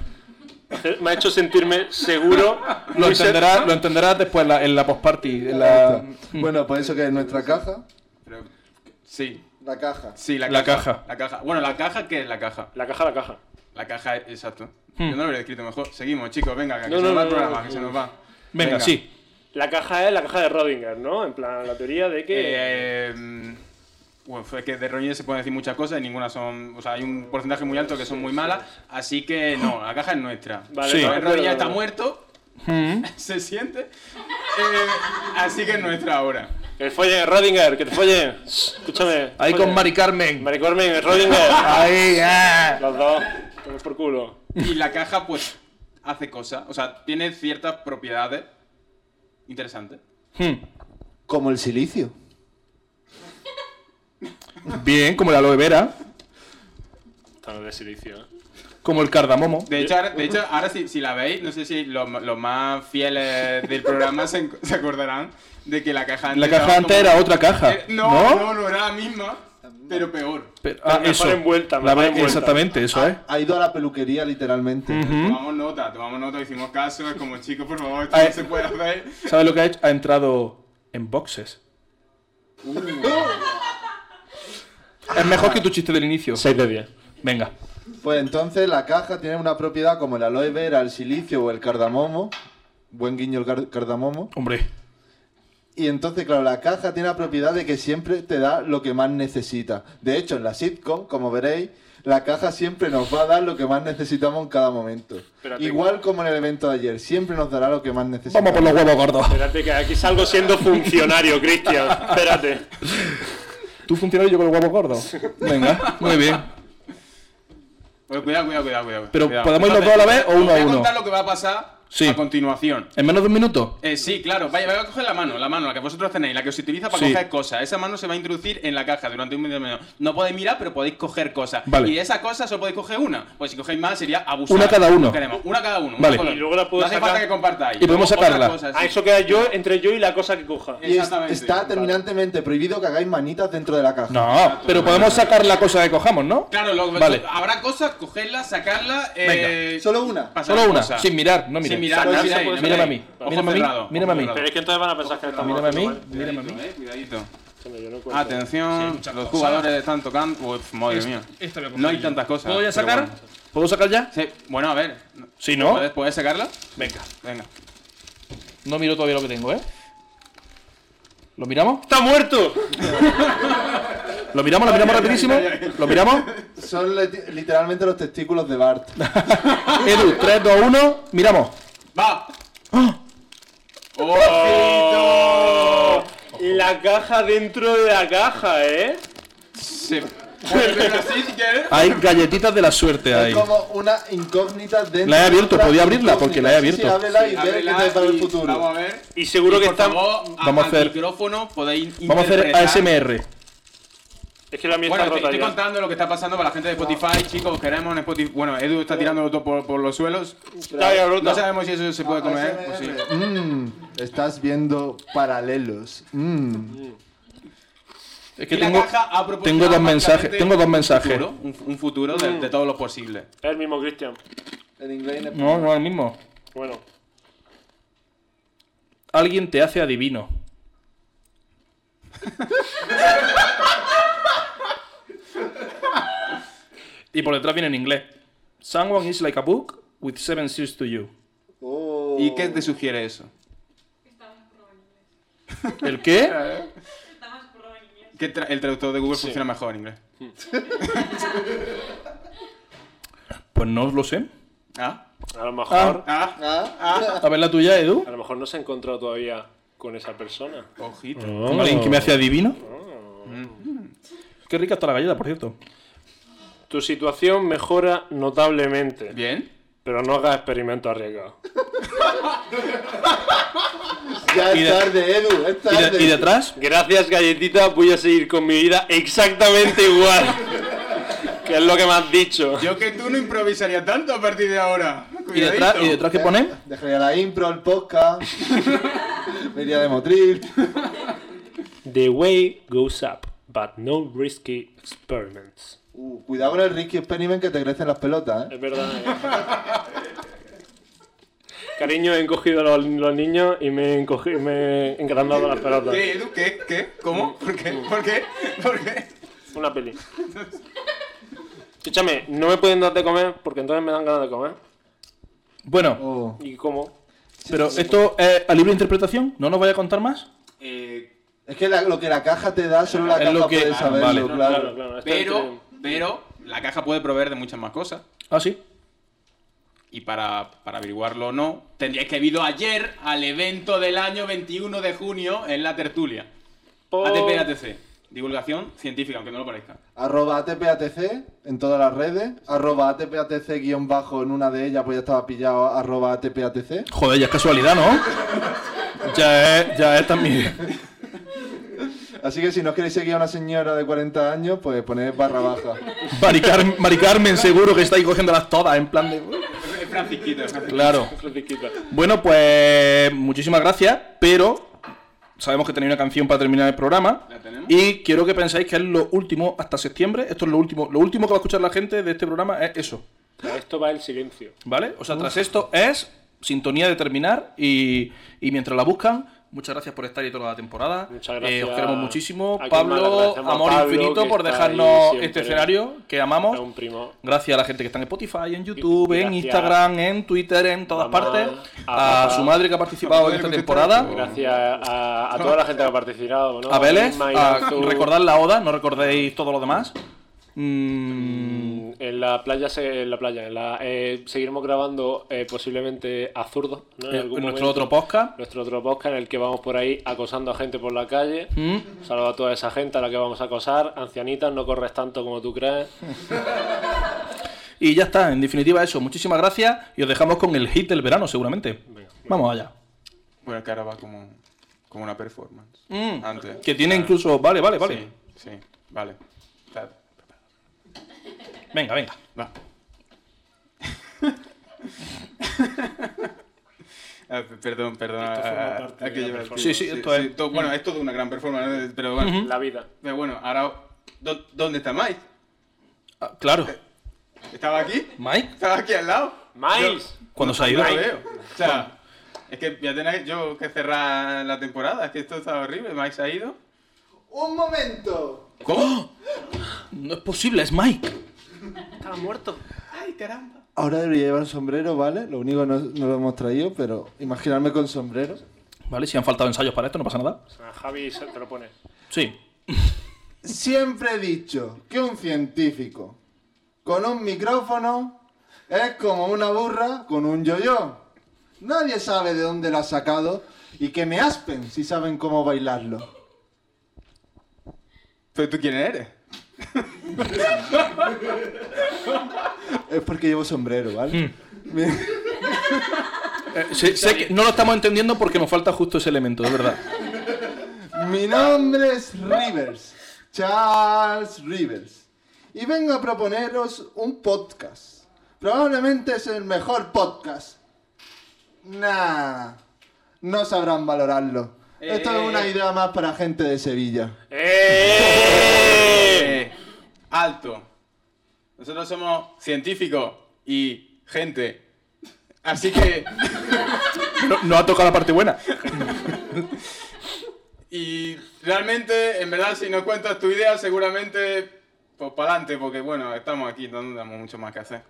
Speaker 1: Me ha hecho sentirme seguro.
Speaker 2: Lo
Speaker 1: muy se-
Speaker 2: entenderás lo entenderás después en la- en la postparty. en
Speaker 4: La-
Speaker 2: La,
Speaker 4: Bueno, pues eso que es nuestra caja.
Speaker 5: Pero- sí.
Speaker 4: La caja.
Speaker 5: Sí, la,
Speaker 2: La
Speaker 5: caja.
Speaker 2: caja.
Speaker 5: La caja. Bueno, la caja, ¿qué es la caja?
Speaker 1: La caja, la caja.
Speaker 5: La caja, exacto.
Speaker 2: Hmm.
Speaker 5: Yo no lo habría escrito mejor. Seguimos, chicos, venga, que
Speaker 1: No,
Speaker 5: se
Speaker 1: no,
Speaker 5: nos va
Speaker 1: no,
Speaker 5: el programa,
Speaker 1: no,
Speaker 5: que se
Speaker 1: no.
Speaker 5: nos va.
Speaker 2: venga, sí.
Speaker 1: La caja es la caja de Rodinger, ¿no? En plan, la teoría de que.
Speaker 5: Eh, mm, bueno, fue que de Roñer se pueden decir muchas cosas y ninguna son. O sea, hay un porcentaje muy alto que son muy malas. Así que no, la caja es nuestra.
Speaker 1: Vale,
Speaker 2: sí.
Speaker 1: no,
Speaker 5: Rodinger
Speaker 1: pero-
Speaker 5: está muerto,
Speaker 2: Mm.
Speaker 5: se siente. eh, así que es nuestra ahora.
Speaker 1: Que te follen, Rodinger, que te follen. Shh, Escúchame.
Speaker 2: Ahí
Speaker 1: follen.
Speaker 2: con Mari Carmen.
Speaker 1: Mari Carmen, Rodinger.
Speaker 2: Ahí, ah.
Speaker 1: Los dos. Tomen por culo.
Speaker 5: Y la caja, pues, hace cosas. O sea, tiene ciertas propiedades interesantes.
Speaker 2: Hmm.
Speaker 4: Como el silicio.
Speaker 2: Bien, como la aloe vera,
Speaker 1: Están de silicio, ¿eh?
Speaker 2: como el cardamomo.
Speaker 5: De hecho, ahora, de hecho, ahora si, si la veis, no sé si los, los más fieles del programa se, en- se acordarán de que la caja antes.
Speaker 2: La caja
Speaker 5: estaba
Speaker 2: antes
Speaker 5: como-
Speaker 2: era otra caja.
Speaker 5: Eh, no,
Speaker 2: no,
Speaker 5: no, no, era la misma, pero peor.
Speaker 2: Pero- ah,
Speaker 1: Pero mejor envuelta,
Speaker 2: La
Speaker 1: mejor
Speaker 2: ve-
Speaker 1: envuelta.
Speaker 2: Exactamente, eso ¿eh? es.
Speaker 4: Ha ido a la peluquería literalmente.
Speaker 5: Mm. Tomamos nota, tomamos nota, hicimos caso, es como chicos, por favor, esto
Speaker 2: Ay.
Speaker 5: no se puede hacer.
Speaker 2: ¿Sabes lo que ha hecho? Ha entrado en boxes.
Speaker 1: Uh.
Speaker 2: Es mejor que tu chiste del inicio.
Speaker 1: 6 de 10.
Speaker 2: Venga.
Speaker 4: Pues entonces la caja tiene una propiedad como el aloe vera, el silicio o el cardamomo. Buen guiño el car- cardamomo.
Speaker 2: Hombre.
Speaker 4: Y entonces, claro, la caja tiene la propiedad de que siempre te da lo que más necesitas. De hecho, en la sitcom, como veréis, la caja siempre nos va a dar lo que más necesitamos en cada momento.
Speaker 1: Espérate.
Speaker 4: Igual como en el evento de ayer, siempre nos dará lo que más
Speaker 2: Vamos
Speaker 4: necesitamos.
Speaker 2: por los huevos gordos.
Speaker 1: Espérate, que aquí salgo siendo funcionario, Cristian. Espérate.
Speaker 2: Tú funcionario y yo con los huevos gordos. Venga, muy bien.
Speaker 5: Pues cuidado, cuidado, cuidado, cuidado.
Speaker 2: Pero,
Speaker 5: cuidado.
Speaker 2: ¿podemos ir los dos a la vez o
Speaker 5: os
Speaker 2: uno a
Speaker 5: voy
Speaker 2: uno?
Speaker 5: contar lo que va a pasar
Speaker 2: Sí.
Speaker 5: a continuación.
Speaker 2: ¿En menos de un minuto?
Speaker 5: Eh, sí, claro, vaya, vaya a coger la mano, la mano, la que vosotros tenéis, la que se utiliza para
Speaker 2: Sí.
Speaker 5: coger cosas. Esa mano se va a introducir en la caja durante un minuto. No podéis mirar, pero podéis coger cosas.
Speaker 2: Vale.
Speaker 5: Y de esa cosa solo podéis coger una. Pues si cogéis más sería abusar.
Speaker 2: Una cada uno.
Speaker 5: No queremos. Una cada uno.
Speaker 2: Vale.
Speaker 5: una sola.
Speaker 1: Y luego la puedo
Speaker 5: no hace
Speaker 1: sacar.
Speaker 5: falta que compartáis.
Speaker 2: Y podemos
Speaker 5: Otra
Speaker 2: sacarla.
Speaker 5: cosa, sí.
Speaker 1: A eso queda yo, entre yo y la cosa que coja.
Speaker 4: Y es-
Speaker 5: Exactamente.
Speaker 4: está terminantemente prohibido que hagáis manitas dentro de la caja.
Speaker 2: No, pero podemos sacar la cosa que cojamos, ¿no?
Speaker 5: Claro, lo-
Speaker 2: Vale.
Speaker 5: habrá cosas, cogerlas, sacarlas. eh,
Speaker 4: Solo una.
Speaker 5: pasar
Speaker 2: Solo una,
Speaker 5: cosas.
Speaker 2: sin mirar, no mirar.
Speaker 5: Sin mirar,
Speaker 2: Puedes-
Speaker 5: mira ahí,
Speaker 2: puedes-
Speaker 5: mira
Speaker 2: mírame a
Speaker 5: ahí.
Speaker 2: mí,
Speaker 5: Ojo
Speaker 2: mírame a mí,
Speaker 5: cerrado, ojo
Speaker 2: mírame a mí.
Speaker 5: cerrado.
Speaker 1: Pero es que entonces van a pensar que estamos.
Speaker 2: Mírame a mí,
Speaker 1: haciendo mal.
Speaker 2: mírame a mí.
Speaker 5: Cuidadito, eh, cuidadito.
Speaker 1: Coño, yo no cuento.
Speaker 5: Atención, los jugadores están tocando. Uf, madre
Speaker 2: Esta-
Speaker 5: mía.
Speaker 2: esta voy a coger
Speaker 5: no hay
Speaker 2: yo.
Speaker 5: tantas cosas.
Speaker 2: ¿Puedo ya
Speaker 5: pero
Speaker 2: sacar?
Speaker 5: Bueno.
Speaker 2: ¿Puedo sacar ya?
Speaker 5: Sí, bueno, a ver.
Speaker 2: Si no,
Speaker 5: ¿Puedes, puedes sacarla?
Speaker 2: venga.
Speaker 5: Venga.
Speaker 2: No miro todavía lo que tengo, ¿eh? ¿Lo miramos?
Speaker 1: ¡Está muerto!
Speaker 2: ¿Lo miramos? ¿Lo miramos rapidísimo? ¿Lo miramos?
Speaker 4: Son leti- literalmente los testículos de Bart.
Speaker 2: Edu, 3, 2, 1, miramos.
Speaker 5: ¡Va! ¡Oh!
Speaker 1: La caja dentro de la caja, ¿eh?
Speaker 5: Sí. Pero así, si quieres.
Speaker 2: Hay galletitas de la suerte ahí.
Speaker 4: Es como una incógnita dentro.
Speaker 2: La he abierto,
Speaker 4: de otra
Speaker 2: podía abrirla, porque la he
Speaker 4: incógnita. Sí, sí,
Speaker 2: abierto.
Speaker 4: ábrela y ve
Speaker 5: Ábrela
Speaker 4: qué te para
Speaker 5: y
Speaker 4: el futuro.
Speaker 5: Vamos a ver.
Speaker 1: Y seguro
Speaker 5: Y,
Speaker 1: que
Speaker 5: por
Speaker 1: están.
Speaker 5: favor, a-
Speaker 2: Vamos a
Speaker 5: al
Speaker 2: hacer-
Speaker 5: micrófono podéis
Speaker 2: Vamos a hacer
Speaker 5: interpretar-
Speaker 2: ASMR.
Speaker 1: Es que la mía
Speaker 5: Bueno,
Speaker 1: está
Speaker 5: te
Speaker 1: rota
Speaker 5: estoy
Speaker 1: ya.
Speaker 5: contando lo que está pasando para la gente de Spotify, chicos. Queremos en Spotify. Bueno, Edu está tirándolo todo por, por los suelos.
Speaker 1: Está Ah, ya rota.
Speaker 5: No sabemos si eso se puede comer. pues sí.
Speaker 4: Mm, estás viendo paralelos. Mm.
Speaker 2: Es que
Speaker 5: Y la
Speaker 2: tengo,
Speaker 5: caja ha proporcionado
Speaker 2: tengo dos mensajes.
Speaker 5: básicamente
Speaker 2: Tengo dos
Speaker 5: un
Speaker 2: mensajes.
Speaker 5: futuro, un, un futuro de, de todos los posibles.
Speaker 1: Es el mismo Christian.
Speaker 4: En inglés y en
Speaker 2: No, no, el mismo.
Speaker 1: Bueno.
Speaker 2: Alguien te hace adivino. y por detrás viene en inglés. Someone is like a book with seven seals to you.
Speaker 4: Oh.
Speaker 5: ¿Y qué te sugiere eso?
Speaker 7: Está más pro en inglés.
Speaker 2: ¿El qué?
Speaker 7: Está más pro en inglés.
Speaker 5: Que tra- el traductor de Google funciona mejor en inglés.
Speaker 2: Pues no lo sé.
Speaker 5: ¿Ah?
Speaker 1: A lo mejor.
Speaker 5: ¿Ah?
Speaker 2: A ver la tuya, Edu.
Speaker 1: A lo mejor no se ha encontrado todavía con esa persona.
Speaker 5: Ojito.
Speaker 2: Con alguien que me hace adivino. Oh. Mm. Qué rica está la galleta, por cierto.
Speaker 1: Tu situación mejora notablemente.
Speaker 5: Bien.
Speaker 1: Pero no hagas experimentos arriesgados.
Speaker 4: Ya
Speaker 2: y
Speaker 4: es
Speaker 2: de-
Speaker 4: tarde, Edu, es
Speaker 2: ¿Y,
Speaker 4: tarde.
Speaker 2: de- y detrás?
Speaker 1: Gracias, galletita. Voy a seguir con mi vida exactamente igual. que es lo que me has dicho.
Speaker 5: Yo que tú no improvisaría tanto a partir de ahora.
Speaker 2: ¿Y detrás,
Speaker 5: Cuidadito.
Speaker 2: ¿Y detrás qué pone?
Speaker 4: Dejaría la impro, el podcast. me iría de motril.
Speaker 1: The way goes up, but no risky experiments.
Speaker 4: Uh, cuidado con el Ricky Experiment que te crecen las pelotas, ¿eh?
Speaker 1: Es verdad. eh. Cariño, he encogido a los, los niños y me he, encogi- me he engrandado las pelotas.
Speaker 5: ¿Qué, Edu? ¿Qué? ¿Qué? ¿Cómo? ¿Por qué? ¿Por qué? ¿Por qué?
Speaker 1: Una peli. Escúchame, no me pueden dar de comer porque entonces me dan ganas de comer.
Speaker 2: Bueno,
Speaker 4: Oh.
Speaker 1: ¿Y cómo?
Speaker 2: pero esto es a libre interpretación. ¿No nos vaya a contar más?
Speaker 5: Eh,
Speaker 4: Es que la- lo que la caja te da, solo la
Speaker 2: Es
Speaker 4: caja
Speaker 2: lo que-
Speaker 4: puede
Speaker 2: ah,
Speaker 4: saberlo,
Speaker 2: vale.
Speaker 4: claro.
Speaker 1: Claro, claro. está
Speaker 5: pero,
Speaker 1: entre-
Speaker 5: pero, la caja puede proveer de muchas más cosas.
Speaker 2: Ah, sí.
Speaker 5: Y para, para averiguarlo o no, tendríais que haber ido ayer al evento del año 21 de junio en la tertulia.
Speaker 1: Po-
Speaker 5: ATP ATC. Divulgación científica, aunque no lo parezca.
Speaker 4: Arroba ATPATC en todas las redes. Arroba ATPATC guión bajo en una de ellas, pues ya estaba pillado. Arroba ATPATC.
Speaker 2: Joder, ya es casualidad, ¿no? ya es, ya es también.
Speaker 4: Así que si no queréis seguir a una señora de 40 años, pues poned barra baja.
Speaker 2: Mari, Car- Mari Carmen, seguro que estáis cogiéndolas todas, en plan de.
Speaker 5: Es Francisquito, es Francisquito.
Speaker 2: Claro.
Speaker 1: Francisquita.
Speaker 2: Bueno, pues muchísimas gracias, pero sabemos que tenéis una canción para terminar el programa.
Speaker 5: ¿La tenemos?
Speaker 2: Y quiero que pensáis que es lo último hasta septiembre. Esto es lo último. Lo último que va a escuchar la gente de este programa es eso.
Speaker 1: Para Esto va el silencio.
Speaker 2: ¿Vale? O sea, tras esto es sintonía de terminar y, y mientras la buscan, muchas gracias por estar ahí toda la temporada. Eh,
Speaker 1: Muchas gracias
Speaker 2: os queremos muchísimo.
Speaker 1: a quien más le
Speaker 2: Pablo,
Speaker 1: agradecemos a
Speaker 2: amor
Speaker 1: Pablo,
Speaker 2: infinito
Speaker 1: que
Speaker 2: por
Speaker 1: está ahí
Speaker 2: dejarnos
Speaker 1: siempre.
Speaker 2: este escenario que amamos.
Speaker 1: Es un primo.
Speaker 2: Gracias a la gente que está en Spotify, en YouTube, en
Speaker 1: Gracias.
Speaker 2: Instagram, en Twitter, en todas
Speaker 1: Mamá,
Speaker 2: partes.
Speaker 1: a
Speaker 2: A,
Speaker 1: papá.
Speaker 2: su madre que ha participado en esta temporada.
Speaker 1: Gracias a, a toda la gente que ha participado. ¿no?
Speaker 2: A Vélez.
Speaker 1: Inma,
Speaker 2: A
Speaker 1: Irazu.
Speaker 2: recordad la oda, no recordéis todo lo demás. Mm,
Speaker 1: En la playa, se- en la playa, en la, eh, seguiremos grabando eh, posiblemente a zurdo, ¿no? En
Speaker 2: eh,
Speaker 1: algún
Speaker 2: nuestro
Speaker 1: momento.
Speaker 2: otro podcast.
Speaker 1: Nuestro otro podcast en el que vamos por ahí acosando a gente por la calle.
Speaker 2: Mm,
Speaker 1: Saludo a toda esa gente a la que vamos a acosar. Ancianitas, no corres tanto como tú crees.
Speaker 2: Y ya está, en definitiva eso. Muchísimas gracias y os dejamos con el hit del verano seguramente. Vamos allá.
Speaker 5: Bueno, que ahora va como, como una performance.
Speaker 2: Mm,
Speaker 5: Antes.
Speaker 2: Que tiene incluso... Vale, vale, vale.
Speaker 5: Sí, sí, vale. Está-
Speaker 2: Venga, venga.
Speaker 5: Va. Ah, p- perdón, perdón. ah, ah, que llevar el
Speaker 1: performance.
Speaker 2: Sí,
Speaker 5: tiro.
Speaker 2: sí, esto es-
Speaker 5: to- bueno, es todo una gran performance, ¿no? pero
Speaker 2: ¿Mm?
Speaker 5: bueno.
Speaker 1: La vida.
Speaker 5: Pero bueno, ahora. ¿dó- ¿Dónde está Mike?
Speaker 2: Ah, claro.
Speaker 5: ¿Estaba aquí?
Speaker 2: Mike,
Speaker 5: ¿Estaba aquí al lado?
Speaker 1: Miles.
Speaker 2: cuando se ha
Speaker 5: Yo
Speaker 2: ido.
Speaker 5: lo veo. O sea, es que ya tenéis yo que cerrar la temporada. Es que esto está horrible. Mike se ha ido.
Speaker 4: ¡Un momento!
Speaker 2: ¿Cómo? No es posible, es Mike.
Speaker 1: Estaba muerto.
Speaker 5: ¡Ay, caramba!
Speaker 4: Ahora debería llevar sombrero, ¿vale? Lo único que no, no lo hemos traído, pero imaginarme con sombrero.
Speaker 2: Vale, si han faltado ensayos para esto, no pasa nada.
Speaker 1: O sea, Javi se- te lo pone.
Speaker 2: Sí.
Speaker 4: Siempre he dicho que un científico con un micrófono es como una burra con un yo-yo. Nadie sabe de dónde lo ha sacado y que me aspen si saben cómo bailarlo.
Speaker 5: ¿Pero tú quién eres?
Speaker 4: Es porque llevo sombrero, ¿vale? Bien.
Speaker 2: Eh, sé, sé que no lo estamos entendiendo porque nos falta justo ese elemento, de verdad.
Speaker 5: Hmm.
Speaker 4: Mi nombre es Rivers, Charles Rivers, y vengo a proponeros un podcast. Probablemente es el mejor podcast. Nah, no sabrán valorarlo. Esto
Speaker 5: Eh.
Speaker 4: es una idea más para gente de Sevilla.
Speaker 1: ¡Eh!
Speaker 5: Eh, alto. Nosotros somos científicos y gente. Así que.
Speaker 2: No, no ha tocado la parte buena.
Speaker 5: Y realmente, en verdad, si nos cuentas tu idea, seguramente. Pues para adelante, porque bueno, estamos aquí, no tenemos mucho más que hacer.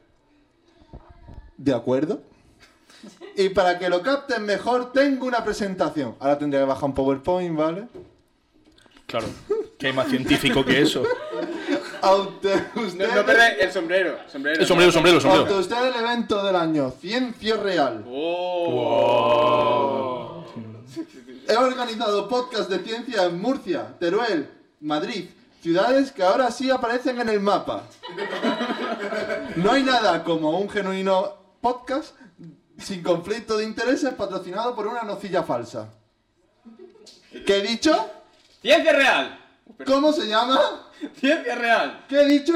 Speaker 4: ¿De acuerdo? Y para que lo capten mejor, tengo una presentación. Ahora tendría que bajar un PowerPoint, ¿vale?
Speaker 2: Claro, que hay más científico que eso.
Speaker 4: Ante
Speaker 5: No, eh,
Speaker 4: ustedes,
Speaker 5: no perdés el sombrero. sombrero
Speaker 2: El Eh, sombrero,
Speaker 5: ¿no?
Speaker 2: sombrero,
Speaker 4: ante
Speaker 2: sombrero.
Speaker 4: ustedes el evento del año, Ciencia Real.
Speaker 5: Oh.
Speaker 4: He organizado podcast de ciencia en Murcia, Teruel, Madrid, ciudades que ahora sí aparecen en el mapa. No hay nada como un genuino podcast sin conflicto de intereses patrocinado por una nocilla falsa. ¿Qué he dicho?
Speaker 5: ¡Ciencia real!
Speaker 4: ¿Cómo se llama?
Speaker 5: ¡Ciencia real!
Speaker 4: ¿Qué he dicho?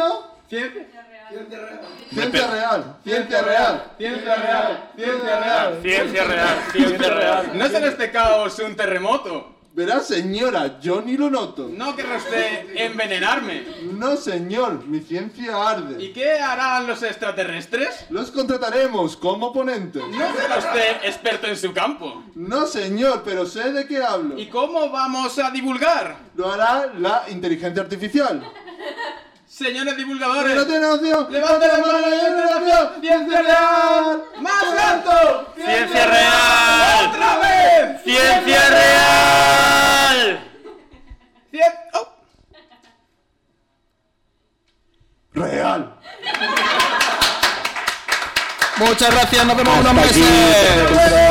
Speaker 5: ¡Ciencia
Speaker 4: Ciencia real, ciencia real.
Speaker 5: ¡Ciencia real! ¡Ciencia real!
Speaker 1: Ciencia real, ciencia real.
Speaker 5: ¿No será este caos un terremoto?
Speaker 4: Verás, señora, yo ni lo noto.
Speaker 5: No querrá usted envenenarme.
Speaker 4: No, señor, mi ciencia
Speaker 5: ¿Y
Speaker 4: arde.
Speaker 5: qué harán los extraterrestres?
Speaker 4: Los contrataremos como ponentes.
Speaker 5: No será usted experto en su campo.
Speaker 4: No, señor, pero sé de qué hablo.
Speaker 5: ¿Y cómo vamos a divulgar?
Speaker 4: Lo hará la inteligencia artificial.
Speaker 5: Señores
Speaker 4: Pero no
Speaker 5: divulgadores,
Speaker 4: tiene opción.
Speaker 5: Levanta la mano, levanta la mano.
Speaker 4: Ciencia real.
Speaker 5: ¡Más alto!
Speaker 1: Ciencia real.
Speaker 5: ¡Otra vez!
Speaker 1: Ciencia real.
Speaker 5: Cien- ¡Oh!
Speaker 4: Real.
Speaker 2: Muchas gracias, nos vemos en unos meses.